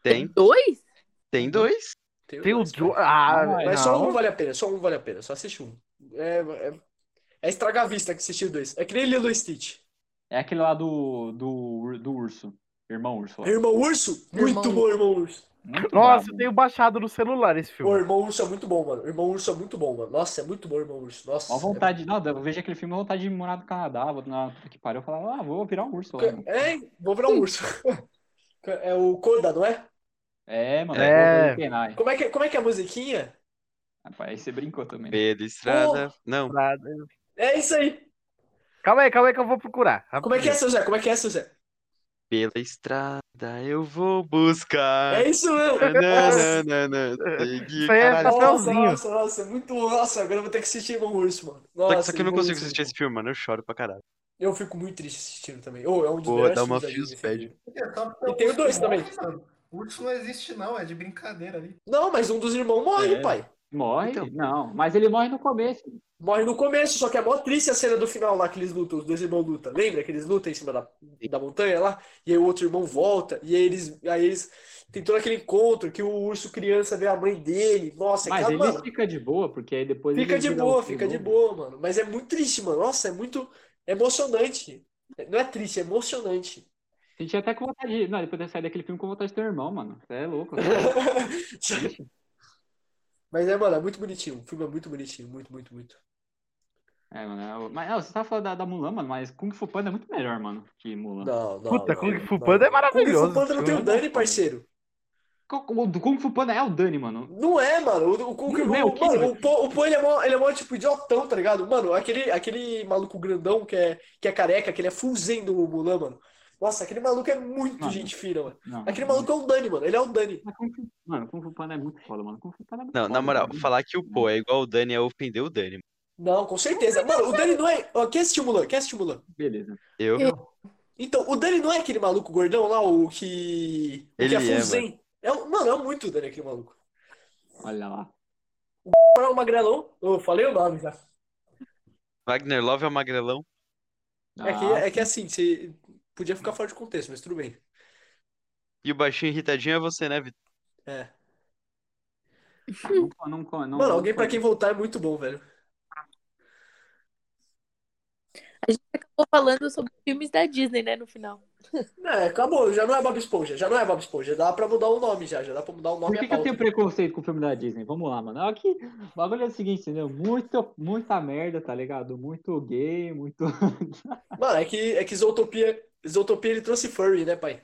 Tem, Dois? Uhum. tem dois. Tem o dois, dois? cara. Ah, Não, Mas só um não. vale a pena, só um vale a pena, só assiste um. É, é, é estragar a vista que assistir dois. É que nem Lilo e Stitch. É aquele lá do, do, do urso. Irmão urso. lá. Irmão Urso? Irmão Muito bom, Irmão Urso. Muito Nossa, eu brabo. tenho baixado no celular esse O filme. Irmão Urso é muito bom, mano. O Irmão Urso é muito bom, mano. Nossa, é muito bom, Irmão Urso. Nossa. É Mó vontade, não, eu vejo aquele filme, vontade de morar no Canadá, vou na puta que pariu, eu falo, ah, vou virar um urso lá, mano. É, vou virar um urso. [laughs] É o Coda, não é? É, mano, É. eu vou virar um Como é que, como é, que é a musiquinha? Rapaz, aí você brincou também. né? Pedro, estrada. Não, É isso aí. Calma aí, calma aí que eu vou procurar. Como é que é, seu Zé? Como é que é, seu Zé? pela estrada eu vou buscar. É isso mesmo. Nossa, Nananana, segui, Isso aí é caralho. papel- nossa, Papelzinho. nossa, nossa, é muito. Nossa, agora eu vou ter que assistir Irmão Urso, mano. Só que- Nossa, Só que eu não Irmão consigo Urso é assistir muito esse filme, mano. Eu choro pra caralho. bom. Eu fico muito triste assistindo também. Ô, é um dos Pô, melhores dá uma filmes da feels vida. E tem o dois também. O urso não existe, não, é de brincadeira ali. Não, mas um dos irmãos morre, É. pai. Morre? Então. Não, mas ele morre no começo. Morre no começo, só que é mó triste a cena do final lá que eles lutam, os dois irmãos lutam. Lembra que eles lutam em cima da, da montanha lá? E aí o outro irmão volta, e aí eles, aí eles. Tem todo aquele encontro que o urso criança vê a mãe dele. Nossa, Mas aquela, ele mano, fica de boa, porque aí depois fica ele de vira um boa, outro fica de novo. boa, mano. Mas é muito triste, mano. Nossa, é muito emocionante. Não é triste, é emocionante. Senti até com vontade de... Não, depois de sair daquele filme com vontade de ter um irmão, mano. Você é louco. [laughs] Mas é, mano, é muito bonitinho. O filme é muito bonitinho, muito, muito, muito. é, mano. é o- Mas não, você tava falando da, da Mulan, mano, mas Kung Fu Panda é muito melhor, mano, que Mulan. Não, não. Puta, não, Kung Fu não. Panda é Kung Fu maravilhoso. Panda não tem o filme. Dani, parceiro. O do Kung Fu Panda é o Dani, mano. Não é, mano. O, o, o, Não é, o o, que, mano, velho? o Po, o Po, ele é mó, ele é mó tipo idiotão, tá ligado? Mano, aquele, aquele maluco grandão que é, que é careca, que ele é fullzen do Mulan, mano. Nossa, aquele maluco é muito Mano. gente fina, mano. Não. Aquele maluco é o Dani, mano. Ele é o Dani. Mas Kung Fu- Mano, Kung Fu Panda é muito foda, mano. Kung Fu Panda é muito Não, foda, na moral, mano. falar que o Pô é igual o Dani é ofender o Dani. mano. Não, com certeza. Mano, o Dani não é. Ó, quem assistiu Mulan? Quem assistiu Mulan? Beleza. Eu, Então, o Dani não é aquele maluco gordão lá, o que. O que Ele é é, fullzen. É, o- mano, é muito o Dani aquele maluco. Olha lá. Agora o Magrelão. Eu falei o nome já. Wagner Love é o magrelão. É Ah, que, é que assim, você podia ficar fora de contexto, mas tudo bem. E o baixinho irritadinho é você, né, Vitor? É. Ah, não- não- não- não- Mano, alguém pra quem voltar é muito bom, velho. Tô falando sobre filmes da Disney, né, no final. É, acabou, já não é Bob Esponja, já não é Bob Esponja, dá pra mudar o nome já, já dá pra mudar o Por nome que, e a que eu pauta. tenho preconceito com o filme da Disney? Vamos lá, mano. Aqui, o bagulho é o seguinte, entendeu? Muito, muita merda, tá ligado? Muito gay, muito. [laughs] Mano, é que, é que Zootopia, Zootopia ele trouxe furry, né, pai?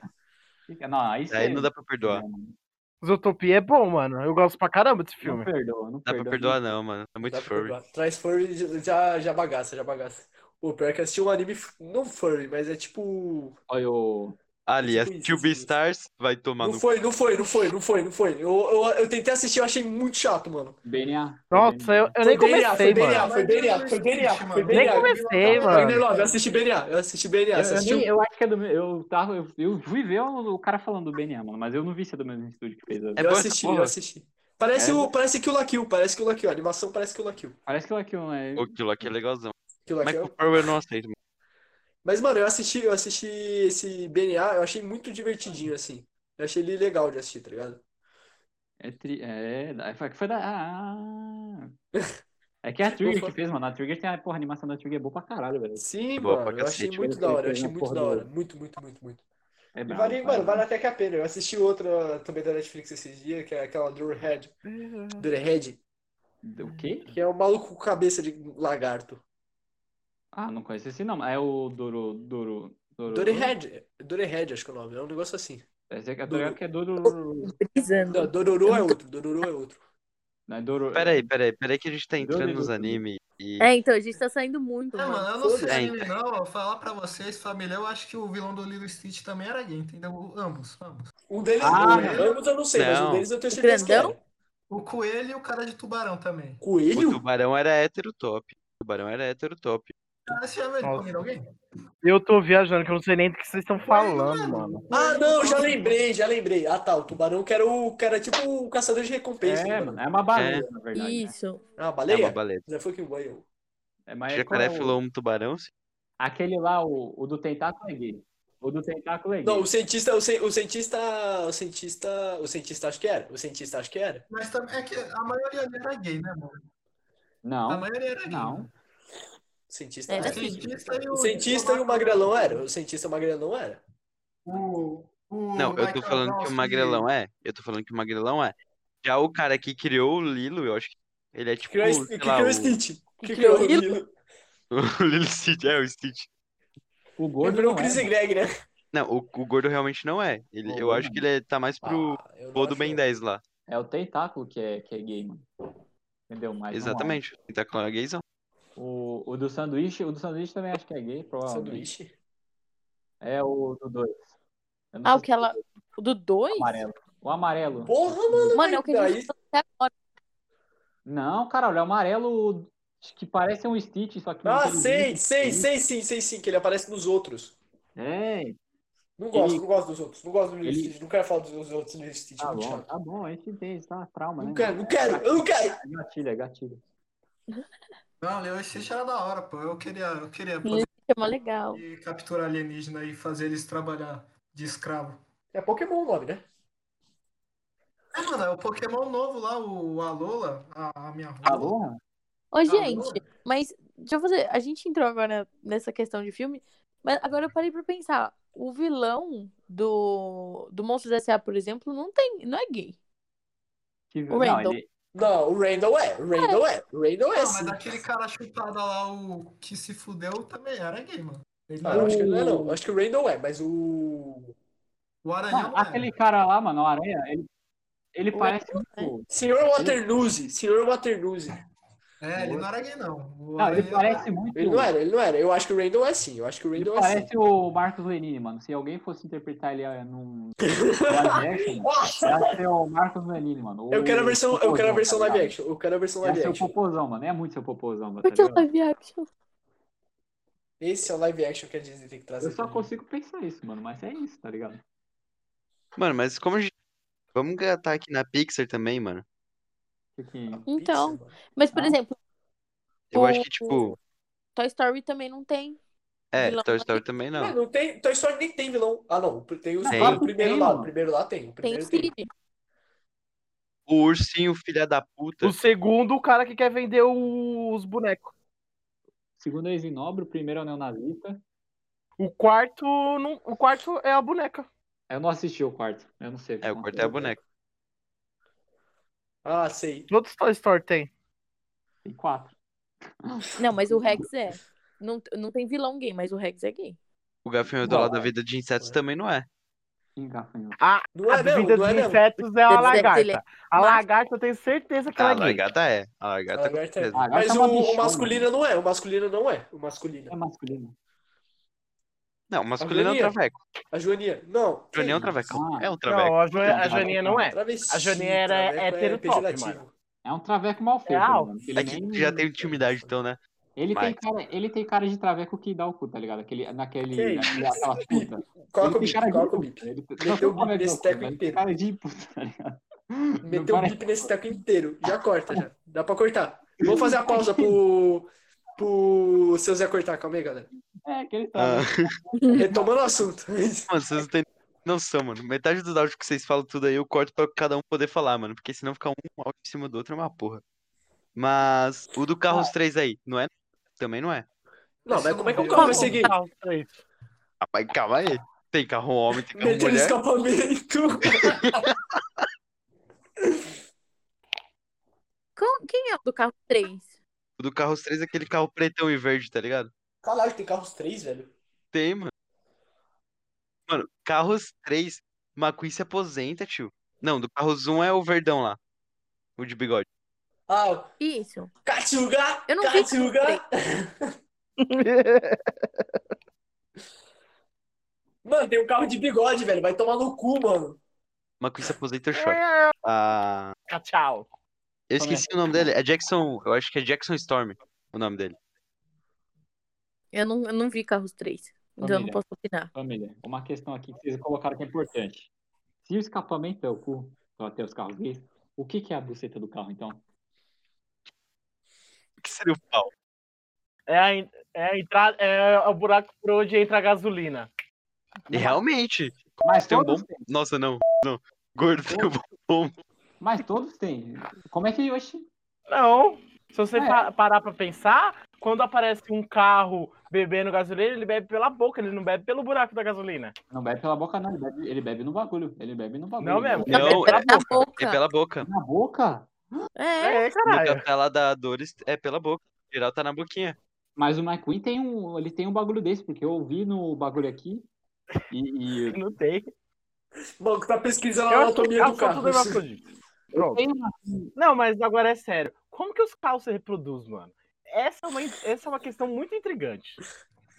Não, aí, Aí não dá pra perdoar. Não, um Zootopia é bom, mano. Eu gosto pra caramba desse filme. perdoa, não Dá perdoa. pra perdoar, não, mano. É muito Dá pra furry. comprar. Traz furry, já, já bagaça, já bagaça. O pior é que eu assisti um anime, f- não furry, mas é tipo... Olha o. Ali, Tipo assistiu isso, tipo isso. Beastars, vai tomar Não no. foi, não foi, não foi, não foi, não foi. Eu, eu, eu tentei assistir, eu achei muito chato, mano. BNA. Nossa, eu, Foi eu nem BNA, foi comecei, BNA, mano. foi BNA, foi BNA, foi Nem BNA. comecei, Wagner mano. Love, eu assisti BNA, eu assisti BNA, Eu, você eu, assistiu? nem- eu acho que é do. me- Eu, tava, eu, eu fui ver o, o cara falando do BNA, mano, mas eu não vi se é do mesmo estúdio que fez. a- É eu boa essa assisti, eu porra? assisti. Parece, É. o, parece Kill la Kill, parece Kill la Kill. A animação parece Kill la Kill. Parece que o Aquilo, né? O Kill aqui é legalzão. Kill la Mas Kill. com o Furry eu não aceito, mano. Mas, mano, eu assisti, eu assisti esse BNA, eu achei muito divertidinho, assim. Eu achei ele legal de assistir, tá ligado? É, tri... é, da- foi foi da. Ah, É [laughs] que é a Trigger Ufa. que fez, mano. A Trigger tem a porra, a animação da Trigger é boa pra caralho, velho. Sim, Boa pra mano, eu achei cacete, né? mano. muito da hora, eu Fez achei uma muito porra da do- hora. Muito, muito, muito, muito. É E brabo, vale, cara. mano, vale até que a pena. Eu assisti outra também da Netflix esses dias, que é aquela Dreamhead. Dreamhead, O quê? que é o maluco com cabeça de lagarto. Ah, não conheço esse não. É o Duro. Duro. Duro. Dreamhead, Dreamhead, acho que é o nome, é um negócio assim. Esse aqui é Duro. Duro que é Duro. Não, Dororo é outro, Dororo é outro. Não é Duro. Peraí, peraí, peraí que a gente tá Dois entrando nos minutos. anime e. É, então, a gente tá saindo muito, É, mano. mano, eu não sei foda-se. anime não, eu falar pra vocês, família, eu acho que o vilão do Little Stitch também era gay, entendeu? Ambos, ambos. Um deles, Ah, o Ramos eu não sei, mas um não. deles eu tenho certeza que Grandão? era. O coelho e o cara de tubarão também. O Coelho? tubarão era hétero top. O tubarão era hétero top. Ah, Você já viu ele Nossa. comendo alguém? Eu tô viajando, que eu não sei nem do que vocês estão é, falando, mano. Ah, não, já lembrei, já lembrei. Ah, tá, o tubarão que era o cara tipo o caçador de recompensa, É, né, mano. É uma baleia, É. na verdade. né? Isso. É uma É uma baleia? baleia. Já foi que banho. É, mas é Jacaré qual é o- filou um tubarão? sim. Aquele lá, o, o do tentáculo é gay. O do tentáculo é gay. Não, o cientista, o, ci- o cientista, o cientista, o cientista acho que era. O cientista acho que era. Mas também é que a maioria era gay, né, mano? A não, maioria era gay. não. O cientista. Era assim. O acho que- cientista e o. O cientista e o magrelão era. O cientista e o magrelão era. O, o Não, eu tô é Michael falando que o Jackson, magrelão é. Eu tô falando que o magrelão é. Já o cara que criou o Lilo, eu acho que ele é Que tipo. criou, o- sei que lá, criou o o... Stitch. Que Que criou o criou o Lilo. [laughs] o Lilo Stitch, é o Stitch. O Que gordo virou o não Chris é. e Greg, né? Não, o, o gordo realmente não é. Ele, O eu gordo acho não. que ele é- tá mais pro Ah, eu não pô do acho, Ben não. 10 lá. É o tentáculo que é, que é gay, mano. Entendeu? Mas não é. Exatamente. Tá com a gayzão. O, o do sanduíche, o do sanduíche também acho que é gay, provavelmente. Sanduíche. É o do dois. Eu não Ah, sei o que ela. O do dois? se- O amarelo. O amarelo. Porra, mano. Mano, é o que a Aí, gente tá falando até agora. Não, caralho, é o amarelo que parece um Stitch, só que. não ah, tem sei, gente. sei, sei sim, sei sim, que ele aparece nos outros. É, Não gosto, Ele- não gosto dos outros. Não gosto do Lilo Ele- Stitch. Não quero falar dos outros do Lilo Stitch. é tá muito bom, chato. tá bom, a gente tem, isso tá trauma, Não né? quero, não quero, eu não quero. É gatilho, é gatilho. Não, Lilo Stitch era da hora, pô. Eu queria, eu queria Lilo É mó legal. poder capturar alienígena e fazer eles trabalhar de escravo. É Pokémon o nome, né? É, mano, é o Pokémon novo lá, o Alola, a, a minha rua. Alô? Tá Ô, gente, mas deixa eu fazer. A gente entrou agora nessa questão de filme, mas agora eu parei pra pensar. O vilão do, do Monstros S.A., por exemplo, não tem. Não é gay. Que... O Não, Randall. ele... Não, o Randall é, o Randall é, o Randall é Não, sim. mas aquele cara chutado lá, o que se fudeu, também era gay, mano. Ele Ah, não eu era. acho que ele não é não, eu acho que o Randall é, mas o... O Aranha Mano, não era. aquele cara lá, mano, o Aranha, ele, ele O parece Aranha. muito. Senhor Waternuzzi, Senhor Waternuzzi. É, ele não era gay, não. O Não, ele Aranha- parece muito. Ele não é era, ele não era, eu acho que o Randall é sim, eu acho que o Ele Randall é sim. parece o Marcos Lenine, mano. Se alguém fosse interpretar ele eh, num [laughs] live action, mano, Nossa, ia ser o Marcos Lenine, mano. eu quero a versão, eu quero a versão live action. action, eu quero a versão É live seu action. popozão, mano. É muito seu popozão, mano. tá Porque ligado? live action. Esse é o live action que a Disney tem que Eu trazer. só consigo pensar isso, mano. Mas é isso, tá ligado? Mano, mas como a gente. Vamos gatar aqui na Pixar também, mano. Porque Então. Pixar, mano. Mas, por Ah. exemplo, Eu acho que, O- tipo. Toy Story também não tem. É, vilão Toy da Story também não. Não, não tem, Toy Story nem tem vilão. Ah, não, tem os- Tem. o primeiro Tem, lá, o mano. primeiro lá tem, o Tem o primeiro tem. Siri. O ursinho, filha da puta. O segundo, o cara que quer vender o- os bonecos. o segundo é Isinobre, o primeiro é o neonazista. O quarto, não, o quarto é a boneca. Eu não assisti o quarto. Eu não sei. que É, o aconteceu. quarto é a boneca. Ah, sei. Todos Toy Story tem. Tem quatro. Não, mas o Rex é. Não, não tem vilão gay, mas o Rex é gay. O gafanhoto Não, lá da vida de insetos também não é. Sim, gafanhoto. Não a é mesmo, vida não dos é mesmo. insetos é a Deve ser lagarta. dele. Tá A lagarta eu tenho certeza que Ah, ela a é gay. lagarta é. A A lagarta lagarta é. certeza. Ah, agora Mas tá o, uma o bichona. masculino não é, o masculino não é, o masculino. É masculino. Não, masculino é um Joaninha. traveco. A Joaninha, não. que Joaninha é um isso. traveco. Ah. É um traveco. Não, a, jo a Não, Joaninha não é. Travesti, A Joaninha era traveco hétero top, pejorativo. É um traveco mal feito, É alto. mano. Ele, É nem- que já tem intimidade, então, né? ele, tem mas- cara, ele tem cara de traveco que dá o cu, tá ligado? Aquele, naquele. Que naquele aquela [laughs] puta. Coloca Ele o tem bip, cara é de coloca puta, o bip. ele tem- Meteu não tem o bip cara de nesse louco, teco velho, inteiro. Cara de puta, tá ligado? [laughs] Meteu o parece- bip nesse teco inteiro. Já corta, já. Dá pra cortar. Vamos fazer a pausa pro. pro seu Zé cortar, calma aí, galera. É, que ele tá. Ah, [laughs] Retomando o assunto. mano, vocês não têm noção, mano. Metade dos áudios que vocês falam tudo aí eu corto pra cada um poder falar, mano. Porque senão ficar um áudio em cima do outro é uma porra. Mas o do Carros 3 aí, não é? Também não é. Não, mas como é que o Como carro vai seguir? Tá, os três. Ah, mas calma aí. Tem carro homem, tem carro Meter no mulher. escapamento. Com- Quem é o do carro 3? O do Carros 3 é aquele carro pretão e verde, tá ligado? Caralho, tem carros três, velho. Tem, mano. Mano, Carros 3, McQueen se aposenta, tio. Não, do Carros 1 é o verdão lá. O de bigode. Ah, Isso. Katsuga! Eu não vi Katsuga! Mano, tem um carro de bigode, velho. Vai tomar no cu, mano. McQueen se aposenta, eu choro. Ah, Tchau, Tchau. eu Como é? esqueci o nome dele. É Jackson, eu acho que é Jackson Storm o nome dele. Eu não, eu não vi Carros 3. Então eu não Família. posso opinar. Família, uma questão aqui que vocês colocaram que é importante. Se o escapamento é o cu, ou até os carros gays, o que, que é a buceta do carro, então? O que seria o pau? É a, en- é a entrada, é o buraco por onde entra a gasolina. E realmente. Mas tem um todos bom- têm, Nossa, não. Não. Gordo tem um bom. mas todos têm. Como é que hoje... Não. Se você É. pa- parar pra pensar, quando aparece um carro bebendo gasolina, ele bebe pela boca, ele não bebe pelo buraco da gasolina. Não bebe pela boca, não. Ele bebe, ele bebe no bagulho. Ele bebe no bagulho. Não mesmo. Não, Ele bebe pela é- Na Tá É boca. boca. pela boca. Na boca? É. É, No caralho. café lá da Dores é pela boca. O geral tá na boquinha. Mas o McQueen tem um, ele tem um bagulho desse, porque eu ouvi no bagulho aqui. E, e Não tem. Mano, tá pesquisando a Eu acho que anatomia o do carro. tudo é hermafrodita. Pronto. tem uma- Não, mas agora é sério. Como que os carros se reproduzem, mano? Essa é uma, essa é uma questão muito intrigante.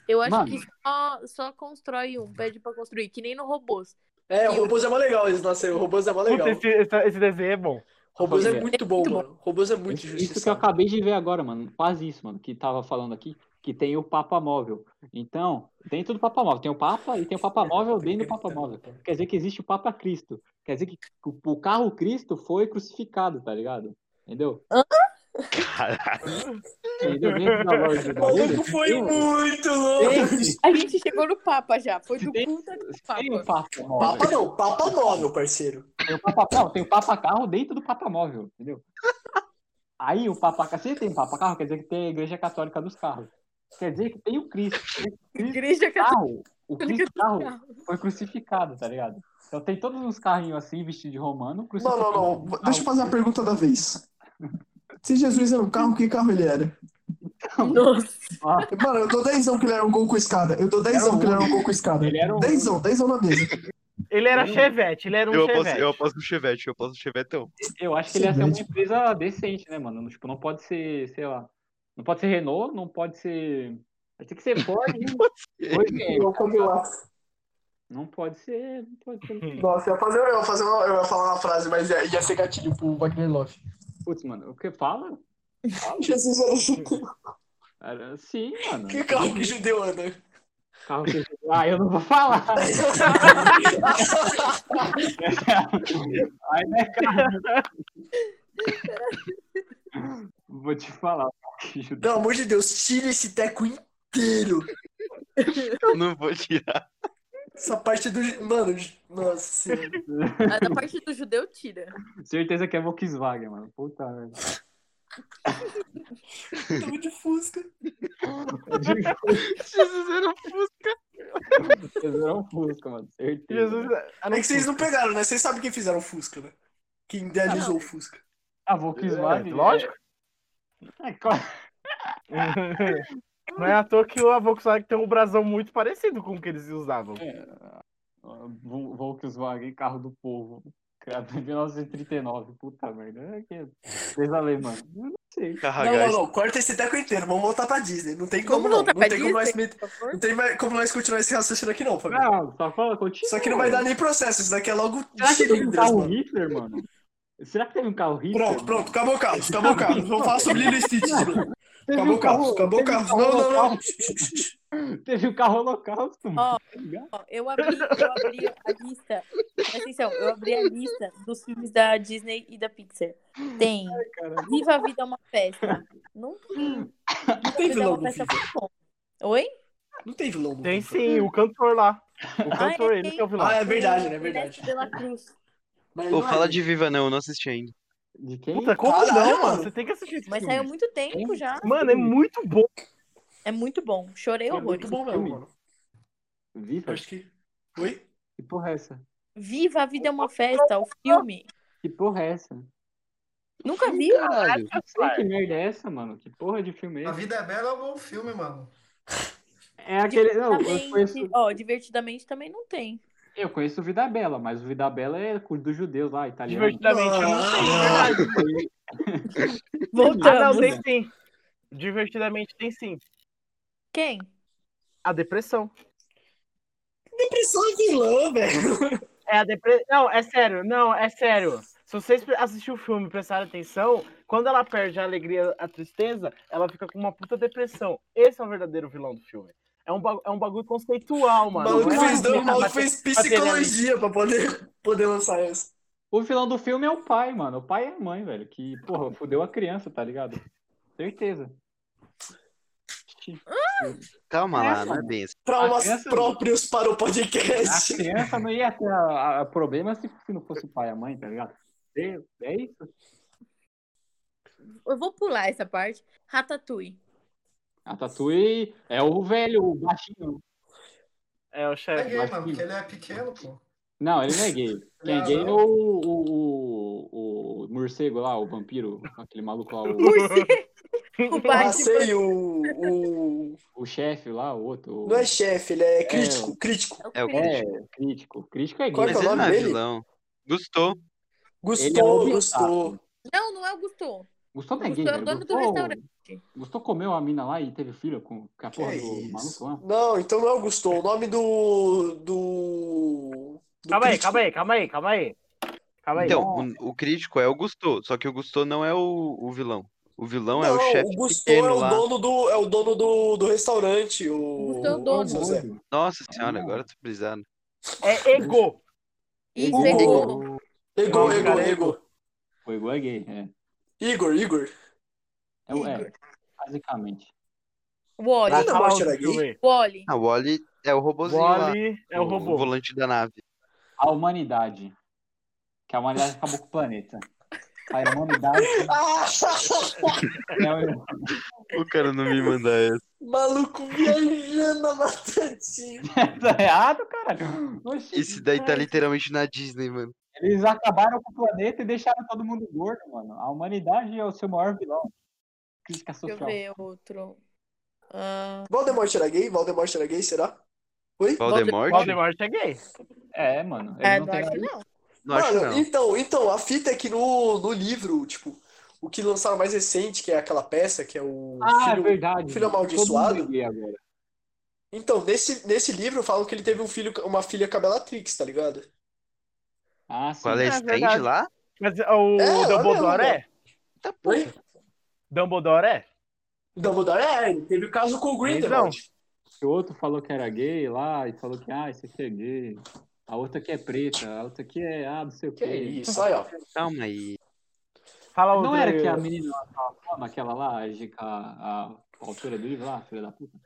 Eu acho Mano. que só, só constrói um, pede pra construir, que nem no robôs. É, o robôs é mó legal. Eles nasceram. O robôs é mó legal. Puta, esse, esse- esse desenho é bom. Robôs é Família. muito bom, Muito bom. mano. Robôs é [laughs] muito isso, isso que eu justiçado. acabei de ver agora, mano. Quase isso, mano, que tava falando aqui, que tem o Papa Móvel. Então, dentro do Papa Móvel, tem o Papa e tem o Papa [laughs] Móvel dentro do Papa Móvel. Então. Quer dizer que existe o Papa Cristo. Quer dizer que o o carro Cristo foi crucificado, tá ligado? Entendeu? Entendeu? Dentro da loja do [laughs] O bagulho, maluco foi tem- um, muito longe. A gente [laughs] chegou no Papa já. Foi do Tem- puta do Tem o Papa. Papa Móvel. Papa não, Papa móvel, parceiro. Tem o papa, não, tem o papa carro dentro do papa móvel, entendeu? Aí o papa carro, se tem papa carro, quer dizer que tem a igreja católica dos carros. Quer dizer que tem o Cristo. Igreja O Católica. carro, o Cristo carro foi crucificado, tá ligado? Então tem todos uns carrinhos assim, vestidos de romano, Não, crucificado. não, não. Deixa eu fazer a pergunta da vez. Se é Jesus era um carro, que carro ele era? [laughs] Nossa. Mano, eu dou 10 que ele era um gol com escada. Eu dou 10 que ele era um gol com escada. Ele era um- 10 10 na mesa. Ele Hum. era Chevette, ele era um Eu aposto, Chevette. eu aposto no Chevette, eu aposto no Chevetão. Eu acho que ele ia ser uma empresa decente, né, mano? Tipo, não pode ser, sei lá, não pode ser Renault, não pode ser... Vai ter que ser Ford, né? Hoje é. Eu comi lá. Não pode ser, não pode ser... Nossa, eu ia, fazer, eu, ia fazer uma- eu ia falar uma frase, mas ia, ia ser gatilho pro Wagner Love. Putz, mano, o que fala? Jesus era assim. Cara, sim, mano. [laughs] Que carro que judeu anda? [laughs] Carro que- Ah, eu não vou falar. Aí não é carro. Vou te falar. Pelo amor de Deus, tira esse teco inteiro. Não vou tirar. Essa parte do. Mano, nossa. senhora. A da parte do judeu tira. Certeza que é Volkswagen, mano. Puta merda. Tamo de fusca. É Jesus era um Jesus é um Fusca, mano. Certeza. Jesus, É que vocês não pegaram, né? Vocês sabem quem fizeram o Fusca, né? Quem idealizou o Fusca. Ah, Volkswagen. É, lógico. É, é claro. Não é à toa que a Volkswagen tem um brasão muito parecido com o que eles usavam. É. Ah, Vol- Volkswagen, carro do povo. Cara, 1939. Puta merda. É que é Coisa alemã. Eu não sei. carro a Não, não, gás. não. Corta esse teco inteiro. Vamos voltar pra Disney. Não tem como, Vamos não. voltar Não pra tem como nós. Disney, met- por favor? Não tem mais como nós continuar esse raciocínio aqui, não, família. Não, Ah, só fala, continua. Isso aqui não vai dar nem processo. Isso daqui é logo Será que teve um cilindros, carro mano. Hitler, mano? Será que teve um carro Hitler? Pronto, pronto. Acabou o carro. Acabou o carro. Vamos falar sobre Lilo e Stitch. de novo. Teve Acabou um o carro. Acabou o teve carro. Não, não, não. holocausto, Teve um carro holocausto, mano. tá ligado? Ó, eu abri, eu abri a lista. Presta atenção, eu abri a lista dos filmes da Disney e da Pixar. Tem caralho. Viva a Vida é uma Festa. Não tem. Não tem vilão Viva a Vida no é uma Viva. Festa muito bom. Oi? Não tem vilão no Tem Viva. sim, o cantor lá. O Ah, é, cantor, ele tem. que é o vilão. Ah, é verdade, né? O É verdade. Ernesto de la Cruz. Mas não Ou é fala vilão. de Viva, não, eu não assisti ainda. De quem? Puta, como Caralho, não, mano? mano. Você tem que assistir esse Mas um filme. saiu há muito tempo já. Mano, é muito bom. É muito bom. Chorei É horrores. muito bom mesmo, mano. Viva? Acho que. Oi? Que porra é essa? Viva a Vida é uma Festa, o filme. Que porra é essa? Nunca vi? Caralho. Eu sei que merda é essa, mano. Que porra de filme é A esse? Vida é Bela é um bom filme, mano. É aquele. Não, eu Divertidamente. conheço, Ó, divertidamente também não tem. eu conheço o Vida Bela, mas o Vida Bela é culto dos judeus lá, italiano. Divertidamente. eu não sei, verdade. Voltamos. Ah, não, tem sim. Divertidamente tem sim. Quem? A depressão. Depressão é vilã, velho. É a depressão. Não, é sério, não, é sério. Se vocês assistirem o filme e prestarem atenção, quando ela perde a alegria, a tristeza, ela fica com uma puta depressão. Esse é o verdadeiro vilão do filme. É um, ba- é um bagulho conceitual, O mano. maluco Não é Um fez, uma não, o cena maluco bate- fez materialista. psicologia pra poder, poder lançar essa. O vilão do filme é o pai, mano. O pai é a mãe, velho. Que, porra, fudeu a criança, tá ligado? Certeza. Calma lá, não é mano. bem assim. Traumas A criança- próprios para o A podcast. criança não ia ter a- a- problema se, se não fosse o pai e a mãe, tá ligado? É, é isso. Eu vou pular essa parte. Ratatouille. A Tatui é o velho, o baixinho. É o É chefe. gay, acho mano, que- porque ele é pequeno, pô. Não, ele não é [laughs] gay. Quem é Não, gay é não. o, o, o, o morcego lá, o vampiro, aquele maluco [laughs] lá, o, Ursinho. O Ah, Batman. sei, o, o. o chefe lá, o outro. o- Não é chefe, ele é crítico, crítico. É o Chris. Chris. É, crítico. Crítico é gay. Qual que é o Mas ele nome não é dele? vilão. Gustou. Gostou, é um gostou. Não, não é o Gusto. Gustou não é Gustou gay, é o velho. dono do Gustou- restaurante. Gustou comeu a mina lá e teve filho com, com a Que porra do isso? maluco né? lá. Não, então não é o Gostou. O nome do. do. do [laughs] Calma aí, crítico. calma aí, calma aí, calma aí. Calma aí. Então, o, o crítico é o Gustô, só que o Gustô não é o, o vilão. O vilão é o Não, chefe Gusto é pequeno o lá. dono do é o dono do, do restaurante, o Gusto é o dono. Ô, Zé. Nossa senhora, Ah. agora eu tô brisado. É ego. E Hugo. pegou. Ego, Não, ego, cara, ego. Foi igual a gay, é. Igor, Igor. É, o- é, basicamente. Wally. Ah, não. Fala Morte era do filme. Wally. Ah, o Wally é o robozinho lá. Wally é o O robô. volante da nave. A humanidade. Que a humanidade acabou com o planeta. A [laughs] humanidade Ah, [laughs] é o- [laughs] O cara não me mandar essa. maluco viajando a matadinha. tá errado, caralho. Oxi, [laughs] Esse daí tá literalmente na Disney, mano. Eles acabaram com o planeta e deixaram todo mundo gordo, mano. A humanidade é o seu maior vilão. Crítica Deixa eu social. ver outro. Ah, Voldemort era gay? Voldemort era gay, será? Oi? Voldemort? Voldemort é gay. É, mano. Ele é, não não tem acho que nada- não. Não acho Mano, não. então, então, a fita é que no, no livro, tipo, o que lançaram mais recente, que é aquela peça, que é o Ah, é filho- verdade. filho amaldiçoado? Todo mundo é gay agora. Então, nesse, nesse livro falam que ele teve um filho, uma filha com a Bellatrix, tá ligado? Ah, sim. Qual é É a stand verdade. lá? Mas o É, olha Dumbledore lá. é? Tá porra. Oi? Dumbledore é? Dumbledore é, ele teve o caso com o Grindelwald. O outro falou que era gay lá e falou que, ah, esse aqui é gay. A outra aqui é preta, a outra aqui é, ah, não sei o Que quê. isso, aí, ó. Calma aí. Fala Não outro era aí, que a o- menina lá tava falando, aquela lá, a, G- a, a autora do livro lá, filha da puta?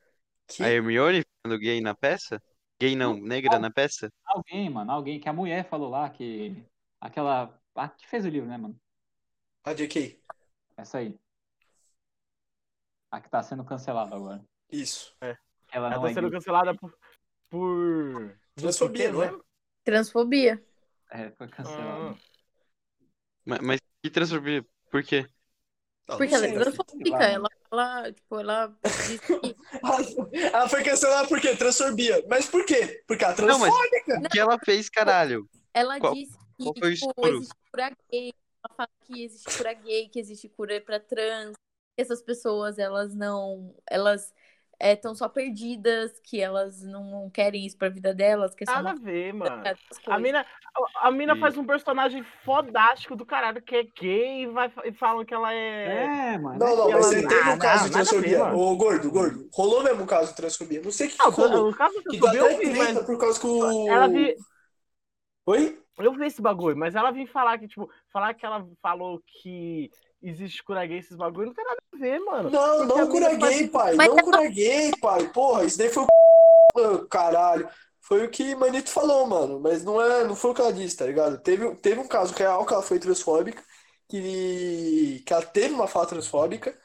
Que- A Hermione ficando gay na peça? Gay não, negra na peça? Alguém, mano, alguém que a mulher falou lá que. Aquela. A que fez o livro, né, mano? A JK. Essa É aí. A que tá sendo cancelada agora. Isso. Ela Ela não tá é sendo gay. cancelada por. por... Transfobia, não é? Transfobia. É, foi cancelada. Ah. Ma- Mas, que transformou? Por quê? Não, Porque não ela é sei. transfóbica. Sei lá, Ela, ela, tipo, ela diz que- [laughs] Ela foi cancelada por quê? Transfobia. Mas por quê? Porque ela Não, mas- transfóbica. O que ela fez, caralho? Ela Qual- disse que qual foi o tipo, estouro? existe cura gay. Ela fala que existe cura gay, que existe cura pra trans. Que essas pessoas, elas não. Elas estão só perdidas, que elas não querem isso pra vida delas, que é só Nada a uma ver, mano. coisa, essas A coisas. mina, a, a mina E- faz um personagem fodástico do caralho que é gay e, vai, e falam que ela Ah, é. É, mano. Não, não, mas Ela- você teve Ah, um caso não, de nada a ver, transfobia. mano. Ô, gordo, gordo. Rolou mesmo um caso de transfobia. Não sei o que Não, rolou. Ah, o caso que Que deu eu vi, eu até vi, mas. treta por causa que o... Ela vi, Oi? eu vi esse bagulho, mas ela vem falar que, tipo, falar que ela falou que existe cura gay esses bagulho, não tem nada a ver, mano. Não, Porque a não cura mina faz- gay, pai. Mas Não cura gay, pai. Porra, isso daí foi o... Ah, Caralho. Foi o que Manito falou, mano. Mas não é, não foi o que ela disse, tá ligado? Teve, teve um caso real que ela foi transfóbica que, que ela teve uma fala transfóbica,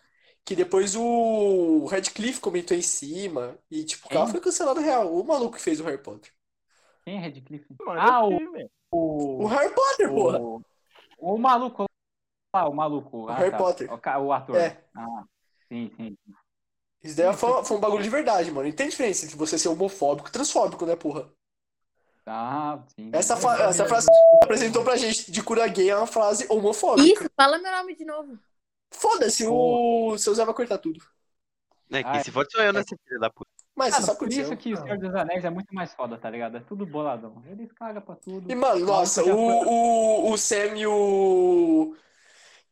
que depois o Radcliffe comentou em cima, e tipo, que ela Quem? foi cancelada real. O maluco que fez o Harry Potter. Quem é Redcliffe? Mano, Ah, é o- filme. O O, Harry Potter, porra! o, o maluco lá, o maluco. ah, Harry tá. Potter. O, ca- o ator. É. Ah, sim, sim. Isso daí foi, foi um bagulho de verdade, mano. E tem diferença entre você ser homofóbico e transfóbico, né, porra? Ah, sim. Essa, fa- essa frase que apresentou pra gente de cura gay é uma frase homofóbica. Isso, fala meu nome de novo. Foda-se, o seu Zé vai cortar tudo. É, Ah, quem se fode sou eu nessa filha da puta. Mas é Cara, você sabe o por que isso que aconteceu. o Senhor dos Anéis é muito mais foda, tá ligado? É tudo boladão. Eles cagam pra tudo. E, mano, nossa, Já o, foi- o, o Sam e o.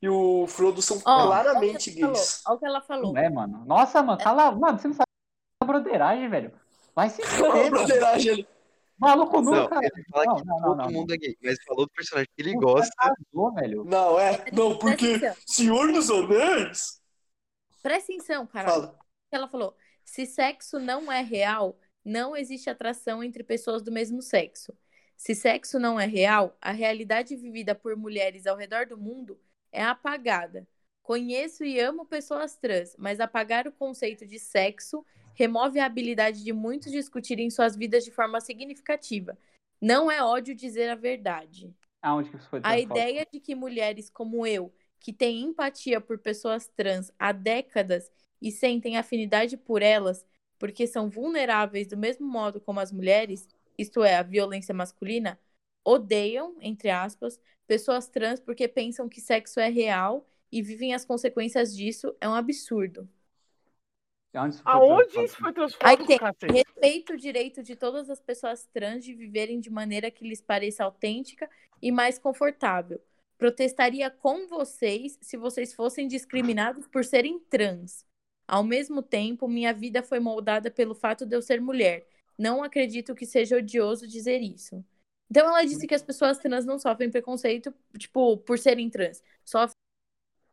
E o Frodo são Ó, claramente olha o que ela gays. falou, Olha o que ela falou. Não é, mano. Nossa, mano, cala. Mano, você não sabe a broderagem, velho. Vai [laughs] se fuder, mano. Broderagem ali. Maluco Não, nunca. ele fala Não, que não, não, todo não. mundo é gay, mas falou do personagem que ele Puta, gosta. casou, velho. [laughs] Não, é. Não, porque Presta atenção, Senhor dos Anéis. presta atenção cara. Olha Fala. o que ela falou. Se sexo não é real, não existe atração entre pessoas do mesmo sexo. Se sexo não é real, a realidade vivida por mulheres ao redor do mundo é apagada. Conheço e amo pessoas trans, mas apagar o conceito de sexo remove a habilidade de muitos discutirem suas vidas de forma significativa. Não é ódio dizer a verdade. Aonde que isso foi A transfóbico? ideia de que mulheres como eu, que têm empatia por pessoas trans há décadas e sentem afinidade por elas, porque são vulneráveis do mesmo modo como as mulheres, isto é, a violência masculina, odeiam, entre aspas, pessoas trans porque pensam que sexo é real e vivem as consequências disso, é um absurdo. Aonde isso foi Aonde transfóbico? isso foi Aí tem- transformado, cacete? Respeito o direito de todas as pessoas trans de viverem de maneira que lhes pareça autêntica e mais confortável. Protestaria com vocês se vocês fossem discriminados por serem trans. Ao mesmo tempo, minha vida foi moldada pelo fato de eu ser mulher. Não acredito que seja odioso dizer isso. Então ela disse que as pessoas trans não sofrem preconceito, tipo, por serem trans.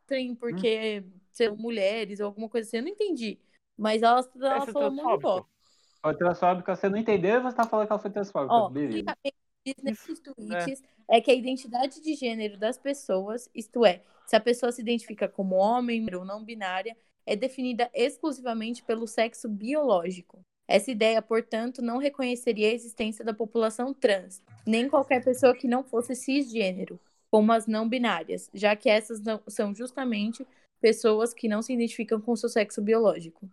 Sofrem porque Hum. são mulheres ou alguma coisa assim. Eu não entendi. Mas ela, ela Essa é falou um muito transfóbico. bom. Foi transfóbico, você não entendeu e você tá falando que ela foi transfóbica. Ó, Beleza. publicamente diz nesses tweets é. que a identidade de gênero das pessoas, isto é, se a pessoa se identifica como homem ou não binária, é definida exclusivamente pelo sexo biológico. Essa ideia, portanto, não reconheceria a existência da população trans, nem qualquer pessoa que não fosse cisgênero, como as não binárias, já que essas não- são justamente pessoas que não se identificam com seu sexo biológico.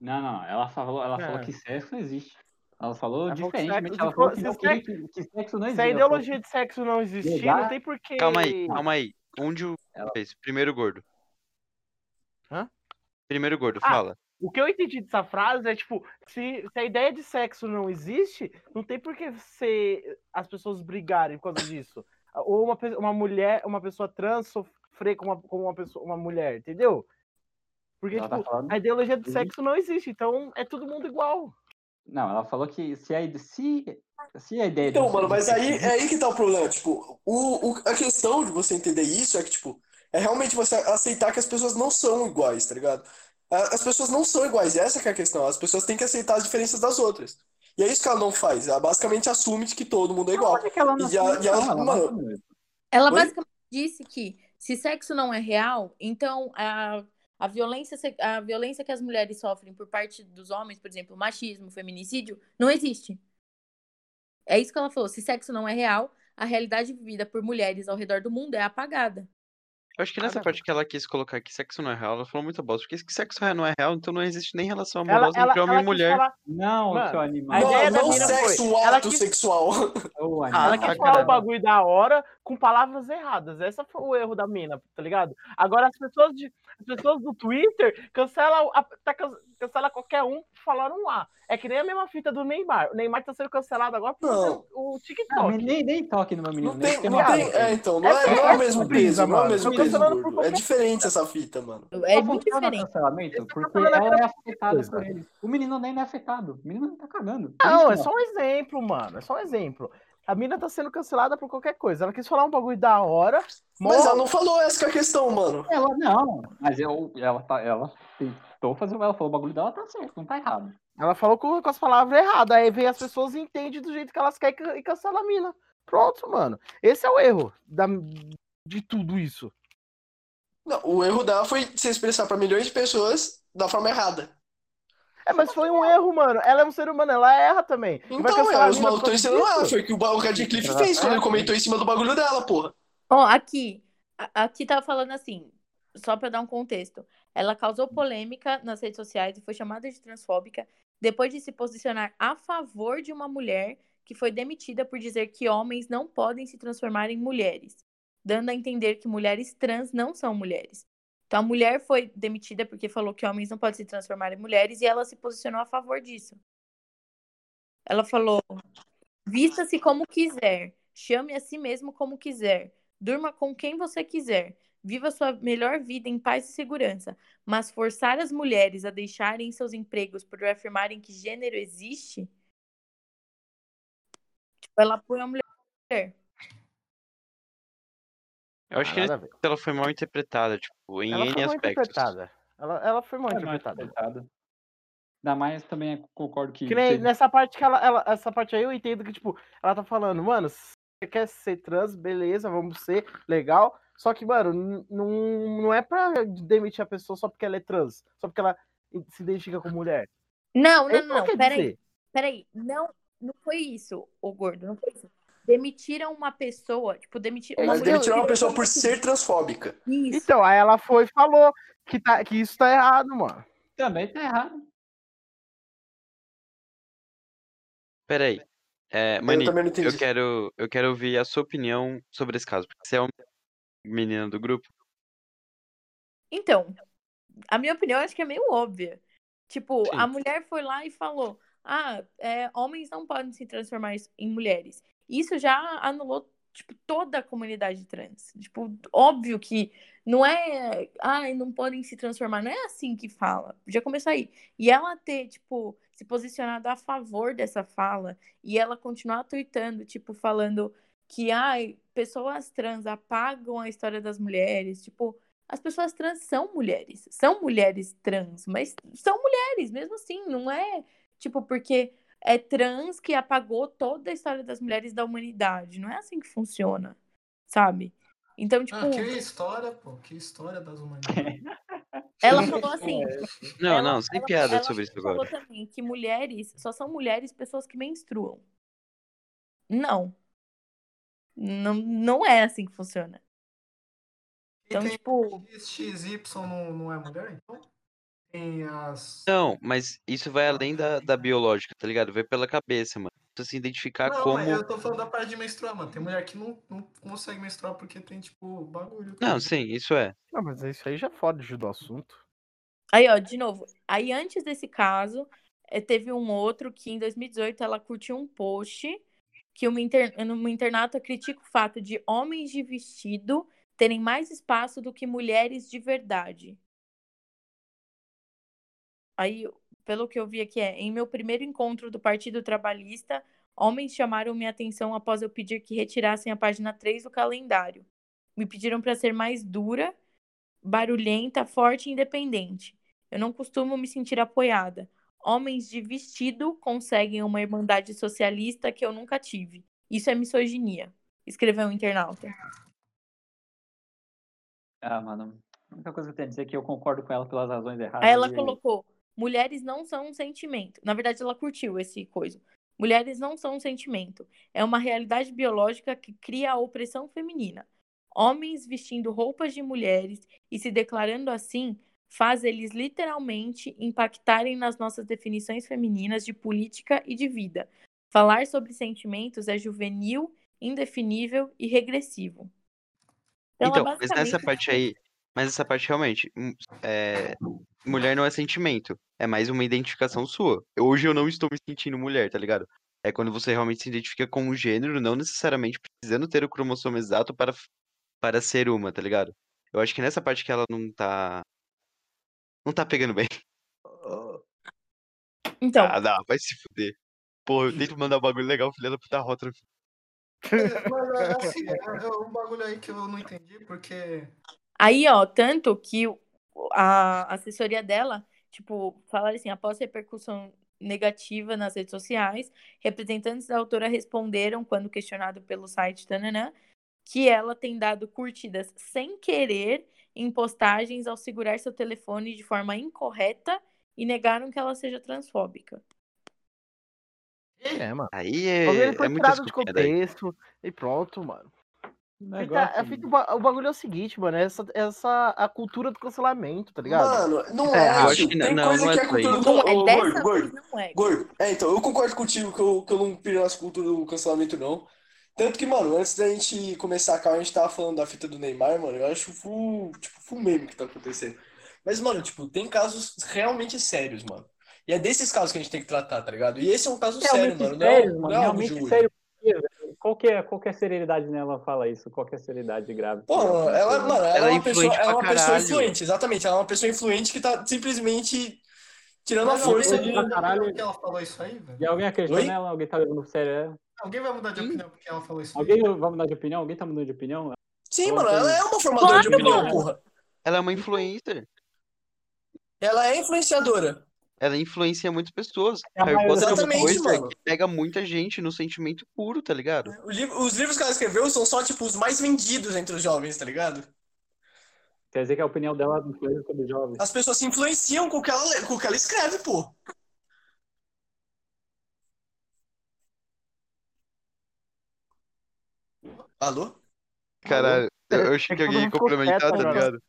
Não, não, ela falou, ela É. falou que sexo não existe. Ela falou Ela falou que diferentemente, sexo- ela se falou for- que, se não queria que, que sexo não existe. Se a Ela falou ideologia de sexo não existir, Negar- não tem porquê. Calma aí, calma aí. Onde o. fez? Primeiro gordo. Hã? Primeiro gordo, Ah, fala. O que eu entendi dessa frase é tipo, se, se a ideia de sexo não existe, não tem por que ser- as pessoas brigarem por causa disso. Ou uma, pe- uma mulher, uma pessoa trans sofrer com uma, com uma, pessoa, uma mulher, entendeu? Porque, Ela tá tipo, falando- a ideologia do Uhum. sexo não existe, então é todo mundo igual. Não, ela falou que se a, se, se a ideia de Então, um mano, mas sexo aí existe, é aí que tá o problema. Tipo, o, o- a questão de você entender isso é que, tipo, é realmente você aceitar que as pessoas não são iguais, tá ligado? A- As pessoas não são iguais, essa que é a questão. As pessoas têm que aceitar as diferenças das outras. E é isso que ela não faz. Ela basicamente assume de que todo mundo é igual. onde que ela não E a- assume, e a- não, ela tá não é mano, assume. Ela Oi? basicamente disse que se sexo não é real, então a, a, violência, se- a violência que as mulheres sofrem por parte dos homens, por exemplo, machismo, feminicídio, não existe. É isso que ela falou. Se sexo não é real, a realidade vivida por mulheres ao redor do mundo é apagada. Eu acho que nessa parte que ela quis colocar que sexo não é real, ela falou muito bosta. Porque se sexo não é real, então não existe nem relação Ela, amorosa ela, entre homem e ela quis mulher. falar- Não, Mano, seu a animal. Não, ideia da não mina foi- sexo, um ela ato quis- sexual. Ô, animal. Ela Ah, quis tá, falar o caralho. um bagulho da hora com palavras erradas. Esse foi o erro da mina, tá ligado? Agora as pessoas, de, as pessoas do Twitter cancelam a- tá can- cancela qualquer um por falar um A. É que nem a mesma fita do Neymar. O Neymar tá sendo cancelado agora por Não. ter o Não, TikTok. nem, nem toque no meu menino. Não nem tem, tem não nada. tem. É, então, não é, Essa- não é o essa mesmo brisa, peso, não é o mano. mesmo Tô peso, cancelando por gordo. É qualquer- diferente essa fita, mano. É Só muito funciona diferente. cancelamento Ele tá porque cancelando ela é aquela afetada coisa. por ele. O menino nem é afetado. O menino não tá cagando. Por isso Não, é que só um exemplo, mano. É só um exemplo. A mina tá sendo cancelada por qualquer coisa. Ela quis falar um bagulho da hora. Mas mó- ela não falou essa que é a questão, mano. Ela não, mas eu, ela, tá, ela tentou fazer o ela falou, o bagulho dela tá certo, não tá errado. Ela falou com, com as palavras erradas. Aí vem as pessoas e entendem do jeito que elas querem e can- e cancela a mina. Pronto, mano. Esse é o erro da, de tudo isso. Não, o erro dela foi se expressar pra milhões de pessoas da forma errada. É, mas foi um erro, mano. Ela é um ser humano, ela erra também. E vai Então, cancelar é, a os mina por malucos estão causa ensinando ela. disso? Foi o que o Ba- o Radcliffe fez quando ele comentou em cima do bagulho dela, porra. Ó, aqui. A, aqui tá falando assim, só pra dar um contexto. Ela causou polêmica nas redes sociais e foi chamada de transfóbica depois de se posicionar a favor de uma mulher que foi demitida por dizer que homens não podem se transformar em mulheres, dando a entender que mulheres trans não são mulheres. Então a mulher foi demitida porque falou que homens não podem se transformar em mulheres e ela se posicionou a favor disso. Ela falou: Vista-se como quiser, chame a si mesmo como quiser, durma com quem você quiser, viva sua melhor vida em paz e segurança, mas forçar as mulheres a deixarem seus empregos por afirmarem que gênero existe, tipo, ela põe a mulher. Eu acho que Nada nesse a ver. ponto ela foi mal interpretada, tipo, em Ela N foi mal aspectos. interpretada. Ela, ela foi mal É, não é interpretada. interpretada. Ainda mais também concordo que. Que nem seja- nessa parte que ela, ela- Essa parte aí eu entendo que, tipo, ela tá falando, mano, você quer ser trans, beleza, vamos ser, legal. Só que, mano, n- não, não é pra demitir a pessoa só porque ela é trans, só porque ela se identifica com mulher. Não, É não, isso não, que eu não, quero peraí. dizer. Peraí, não, não foi isso, ô gordo, não foi isso. Demitiram uma pessoa, tipo, demitiram É, uma Mas Mas mulher. deve tirar uma que pessoa falou por assim, ser transfóbica. Isso. Então, aí ela foi e falou que, tá, que isso tá errado, mano. Também tá errado. Peraí. É, eu Mani, também não entendi. eu quero, eu quero ouvir a sua opinião sobre esse caso. Porque você é uma menina do grupo. Então, a minha opinião acho que é meio óbvia. Tipo, a Sim. mulher foi lá e falou: ah, é, homens não podem se transformar em mulheres. Isso já anulou, tipo, toda a comunidade trans. Tipo, óbvio que não é. Ai, não podem se transformar. Não é assim que fala. Já começou aí. E ela ter, tipo, se posicionado a favor dessa fala e ela continuar tweetando, tipo, falando que, ai, pessoas trans apagam a história das mulheres. Tipo, as pessoas trans são mulheres, são mulheres trans, mas são mulheres mesmo assim, não é tipo porque é trans que apagou toda a história das mulheres da humanidade, não é assim que funciona, sabe? Então, tipo, Ah, que história, pô. Que história das humanidades. ela falou assim, Não, Ela- não, sem ela- É, piada ela sobre isso agora. falou também que mulheres só são mulheres pessoas que menstruam. Não. Não, não é assim que funciona. E Então, tem tipo, XY não, não é mulher, então? Tem as. Não, mas isso vai além da, da biológica, tá ligado? Vai pela cabeça, mano. Precisa se identificar Não, Tá como. mas eu tô falando da parte de menstruar, mano. Tem mulher que não, não consegue menstruar porque tem, tipo, bagulho. tá Não, ligado? sim, isso é. Não, mas isso aí já foge do assunto. Aí, ó, de novo. Aí, antes desse caso, eh, teve um outro que, em 2018, ela curtiu um post que uma inter... num internato critica o fato de homens de vestido terem mais espaço do que mulheres de verdade. Aí, pelo que eu vi aqui, é: em meu primeiro encontro do Partido Trabalhista, homens chamaram minha atenção após eu pedir que retirassem a página 3 do calendário. Me pediram para ser mais dura, barulhenta, forte e independente. Eu não costumo me sentir apoiada. Homens de vestido conseguem uma irmandade socialista que eu nunca tive. Isso é misoginia, escreveu um internauta. Ah, mano. A única coisa que eu tenho a dizer é que eu concordo com ela pelas razões erradas. Aí ela e- colocou: mulheres não são um sentimento. Na verdade, ela curtiu esse coisa. Mulheres não são um sentimento. É uma realidade biológica que cria a opressão feminina. Homens vestindo roupas de mulheres e se declarando assim faz eles literalmente impactarem nas nossas definições femininas de política e de vida. Falar sobre sentimentos é juvenil, indefinível e regressivo. ela Então, mas nessa basicamente- parte aí. Mas essa parte realmente. hum, é, mulher não é sentimento. É mais uma identificação sua. Eu- Hoje eu não estou me sentindo mulher, tá ligado? É quando você realmente se identifica com um gênero, não necessariamente precisando ter o cromossomo exato para, f- para ser uma, tá ligado? Eu acho que nessa parte que ela não tá. Não tá pegando bem. Então, [laughs] Ah, não, vai se fuder. Pô, eu tento mandar um bagulho legal, filha da puta rota. Mas, é, assim, é, é um bagulho aí que eu não entendi, porque. Aí, ó, tanto que o- a assessoria dela, tipo, falaram assim, após repercussão negativa nas redes sociais, representantes da autora responderam quando questionado pelo site Tananã que ela tem dado curtidas sem querer em postagens ao segurar seu telefone de forma incorreta e negaram que ela seja transfóbica. É, mano. Aí é, Mas ele é foi muita tirado de desculpinha daí. contexto e pronto, mano. Um tá- Fica- negócio, é, fica o ba- o bagulho é o seguinte, mano. Essa, essa a cultura do cancelamento, tá ligado? Mano, não É, é, eu acho tio. que não- Tem não, coisa não que é é por aí. cultura do... Não é, Ô, dessa gordo, gordo. vez não é. Gordo, é, então, eu concordo contigo que eu, que eu não piro nas culturas do cancelamento, não. Tanto que, mano, antes da gente começar a calma, a gente tava falando da fita do Neymar, mano, eu acho full, tipo, full meme que tá acontecendo. Mas, mano, tipo, tem casos realmente sérios, mano. E é desses casos que a gente tem que tratar, tá ligado? E esse é um caso sério, Realmente mano. Não, sério, não mano. é algo de Realmente hoje. sério. Por quê, velho? Qual que, é, qual que é a seriedade nela fala isso? Qual que é a seriedade grave? Pô, ela, mano, ela, Ela é é uma pessoa, influente ela é pra uma pessoa caralho. influente, exatamente. Ela é uma pessoa influente que tá simplesmente tirando a Mas alguém força vai de. pra mudar de caralho. opinião porque ela falou isso aí, velho? E alguém acredita Oi? nela? Alguém tá levando sério ela? Alguém vai mudar de opinião porque ela falou isso aí? Alguém vai mudar de opinião? Alguém tá mudando de opinião? Sim, Oi, mano, oi. ela é uma formadora de Claro, opinião, mano. porra. Ela é uma influencer. Ela é influenciadora. Ela influencia muitas pessoas. É a Harry maioria Potter é uma Exatamente, coisa mano. que pega muita gente no sentimento puro, tá ligado? O liv- os livros que ela escreveu são só, tipo, os mais vendidos entre os jovens, tá ligado? Quer dizer que a opinião dela influencia sobre jovens. As pessoas se influenciam com o que ela, lê- com o que ela escreve, pô. Alô? Caralho, eu, eu É achei que que todo alguém ia mundo ficou complementar, quieto tá agora. ligado?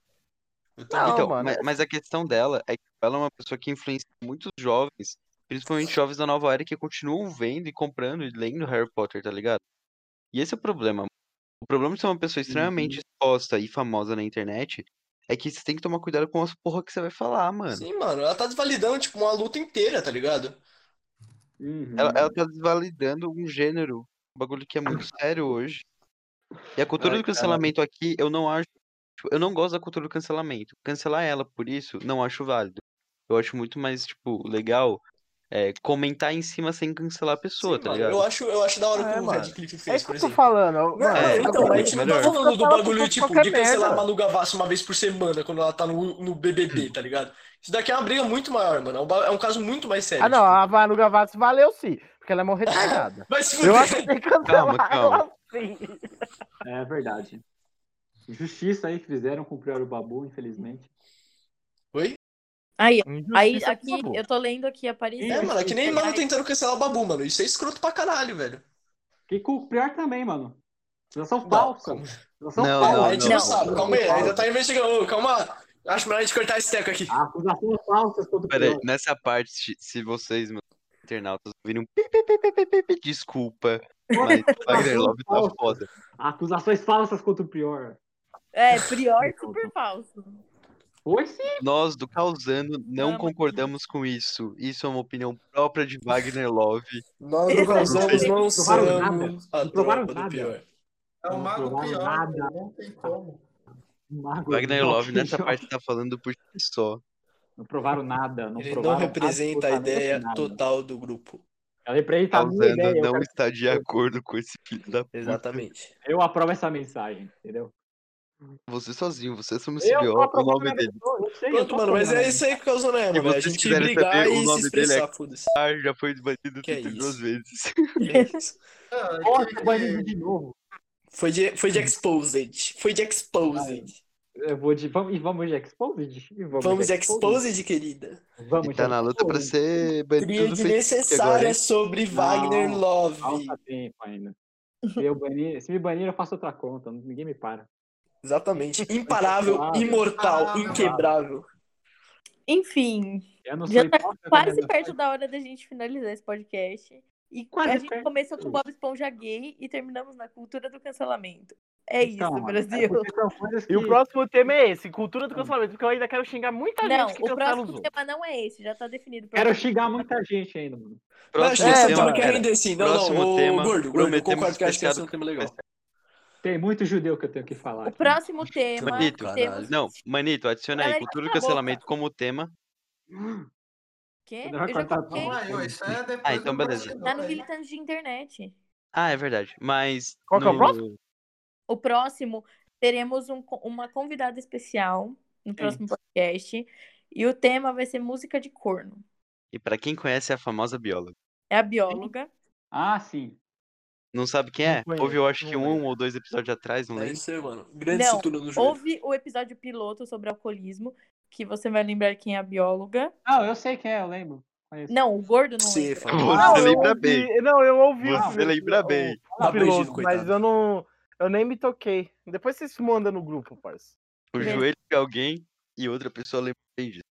Eu tô- Não, então, mano. ma- mas a questão dela é que ela é uma pessoa que influencia muitos jovens, principalmente jovens da nova era que continuam vendo e comprando e lendo Harry Potter, tá ligado? E esse é o problema. O problema de ser uma pessoa extremamente exposta e famosa na internet é que você tem que tomar cuidado com as porra que você vai falar, mano. Sim, mano, ela tá desvalidando, tipo, uma luta inteira, tá ligado? Uhum. Ela, ela tá desvalidando um gênero, um bagulho que é muito sério hoje. E a cultura Ai, do cancelamento aqui, eu não acho. tipo, Eu não gosto da cultura do cancelamento. Cancelar ela por isso, não acho válido. Eu acho muito mais, tipo, legal é, comentar em cima sem cancelar a pessoa, Sim, tá mano, ligado? eu acho, eu acho da hora É, que o mano. Radcliffe É fez, isso que por eu tô exemplo. falando. ó, Não, mano, é, então, a agora- gente não melhor. tá falando do Ela bagulho, faz tipo, qualquer de cancelar a merda. Manu Gavassi uma vez por semana, quando ela tá no, no BBB, tá ligado? Isso daqui é uma briga muito maior, mano. É um, ba- é um caso muito mais sério. Ah, não, tipo. a Manu Gavassi valeu sim, porque ela é morrer retardada. Vai se Eu fuder. acho que tem que cancelar [laughs] Calma, calma. ela sim. É verdade. Justiça aí que fizeram com o Priori Babu, infelizmente. Aí, ó. aí Injustiça, aqui, por favor. eu tô lendo aqui, apareceu. É, mano, é que nem mano tentando cancelar o Babu, mano. Isso é escroto pra caralho, velho. E com o Prior também, mano. Elas são Não, como- falsas. Elas são Não, Calma, falsas. a gente não, não. sabe. Calma aí, ainda tá investigando. Ô, Calma. Acho melhor a gente cortar esse teco aqui. Acusações falsas contra o Pera aí, Prior. nessa parte, se- se vocês, meus internautas, ouviram um pi, pi, pi, pi, pi, pi, pi, desculpa, mas Wagner Love tá falso. foda. Acusações falsas contra o Prior. É, Prior super falso. Oi, sim. Nós, do Causando, não Mama. concordamos com isso. Isso é uma opinião própria de Wagner Love. Nós é do causamos, não provaram nada. somos a Não provaram tropa do nada. pior. É o Não mago provaram pior, nada. velho, né? não tem como. Mago, Wagner não, Love, nessa não, parte, tá falando por si só. Não provaram nada. Não Ele provaram não representa a absolutamente ideia nada. total do grupo. Ela representa a Tá minha Causando ideia. Eu, Tá não quero- está de acordo com esse filho da puta. Exatamente. eu aprovo essa mensagem, entendeu? Você sozinho, você é um só me Eu tô subiu o aprovando nome a minha dele. pessoa, eu sei, eu Pronto, tô mano, mas um aprovando é a isso aí que causou Nema, Se velho. A vocês gente quiserem brigar saber, o e se nome dele é- expressar, foda-se. [laughs] Ah, já foi banido Que é 32 isso? vezes. É isso. Ah, minha. Nossa, aquele banido que- de novo. Foi de, foi de exposed. Foi de exposed. Eu vou de... vamos, e vamos de Exposed? E Vamos, Vamos de é Exposed? exposed, querida. Vamos E de tá na luta pra Exposed? ser banido Tríade do Facebook agora, necessária hein? sobre Wagner Não, Love. Falta tempo ainda. Se, eu banir, se me banir, eu faço outra conta. Ninguém me para. Exatamente. [laughs] Imparável, Ah. Claro. imortal, Imparável. inquebrável. Enfim, Eu não sou já tá hipócrita, né? mas quase eu- perto da hora da gente finalizar esse podcast. E Quase a gente perto. começou com Bob Esponja gay e terminamos na cultura do cancelamento. É isso, Então, mano, é [laughs] Brasil. porque são coisas E o que- próximo tema é esse, cultura do cancelamento, porque eu ainda quero xingar muita Não, gente que o cancela os próximo outros. tema não é esse, já tá definido. Quero xingar muita gente ainda, mano. Próximo não, acho que esse tema, tema É, que é um cara. ainda assim. Não, Próximo não, ô, tema, Gordo, Gordo, eu prometemos concordo que eu acho que esse é um especial tema legal. Tem muito judeu que eu tenho que falar. O aqui. próximo tema. Manito, temos... Ah, não, Manito, adiciona aí, Galera, cultura do cala a boca. cancelamento como tema. Quê? Não vai Eu já cortar coloquei. tudo. Calma aí, ó, isso aí é depois Ah, então do beleza. bastidor, Tá no né? militante de internet. Ah, é verdade. Mas. Qual que é o no- próximo? O próximo, teremos um co- uma convidada especial no É próximo podcast. E o tema vai ser música de corno. E pra quem conhece é a famosa bióloga. É a bióloga. Ah, sim. Não sabe quem é? Não conheço, Houve, eu acho que não um ou dois episódios atrás, não Deve lembro. ser, mano. Grande Não, cintura no jogo. Houve o episódio piloto sobre alcoolismo, que você vai lembrar quem é a bióloga. Ah, eu sei quem é, eu lembro. Conheço. Não, o gordo não Você, é um lembra. Fábio. Você Não, Ah, eu lembra ouvi- bem. Não, eu ouvi. o Você piloto, lembra bem. o- Dá o pra Gil, piloto, mas coitado. eu não. Eu nem me toquei. Depois vocês mandam no grupo, parça. O Verdade. joelho de alguém e outra pessoa lembra bem disso.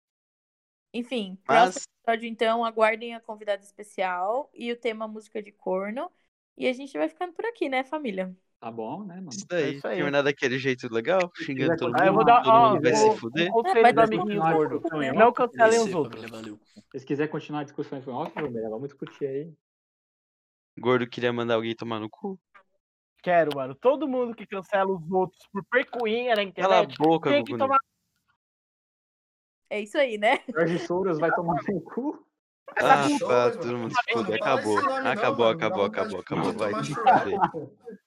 Enfim, próximo Mas, episódio, então, aguardem a convidada especial e o tema música de corno. E a gente vai ficando por aqui, né, família? Tá bom, né, mano? isso É daí, isso aí. terminar daquele jeito legal, xingando todo Ah, eu vou mundo, dar. todo Ó, mundo vai o- se um É, fuder. mas conselho do eu amiguinho continuar gordo. com né? ela. Não Deve cancelem os ser, outros. Família, valeu. Se vocês quiserem continuar a discussão, foi ótimo, Vermelha. é Vamos discutir aí. Gordo queria mandar alguém tomar no cu. Quero, mano. Todo mundo que cancela os outros por percuinha na Cala a internet boca, tem que Gugu. tomar. É isso aí, né? Jorge Soros vai tomar no cu. Ah, Show, pá, mano. todo mundo Mano, se fuder. não fala esse Acabou, nome não, acabou, mano. Dá acabou, vontade de- acabou, de acabou. Vai tomar se chorar, fuder. pô.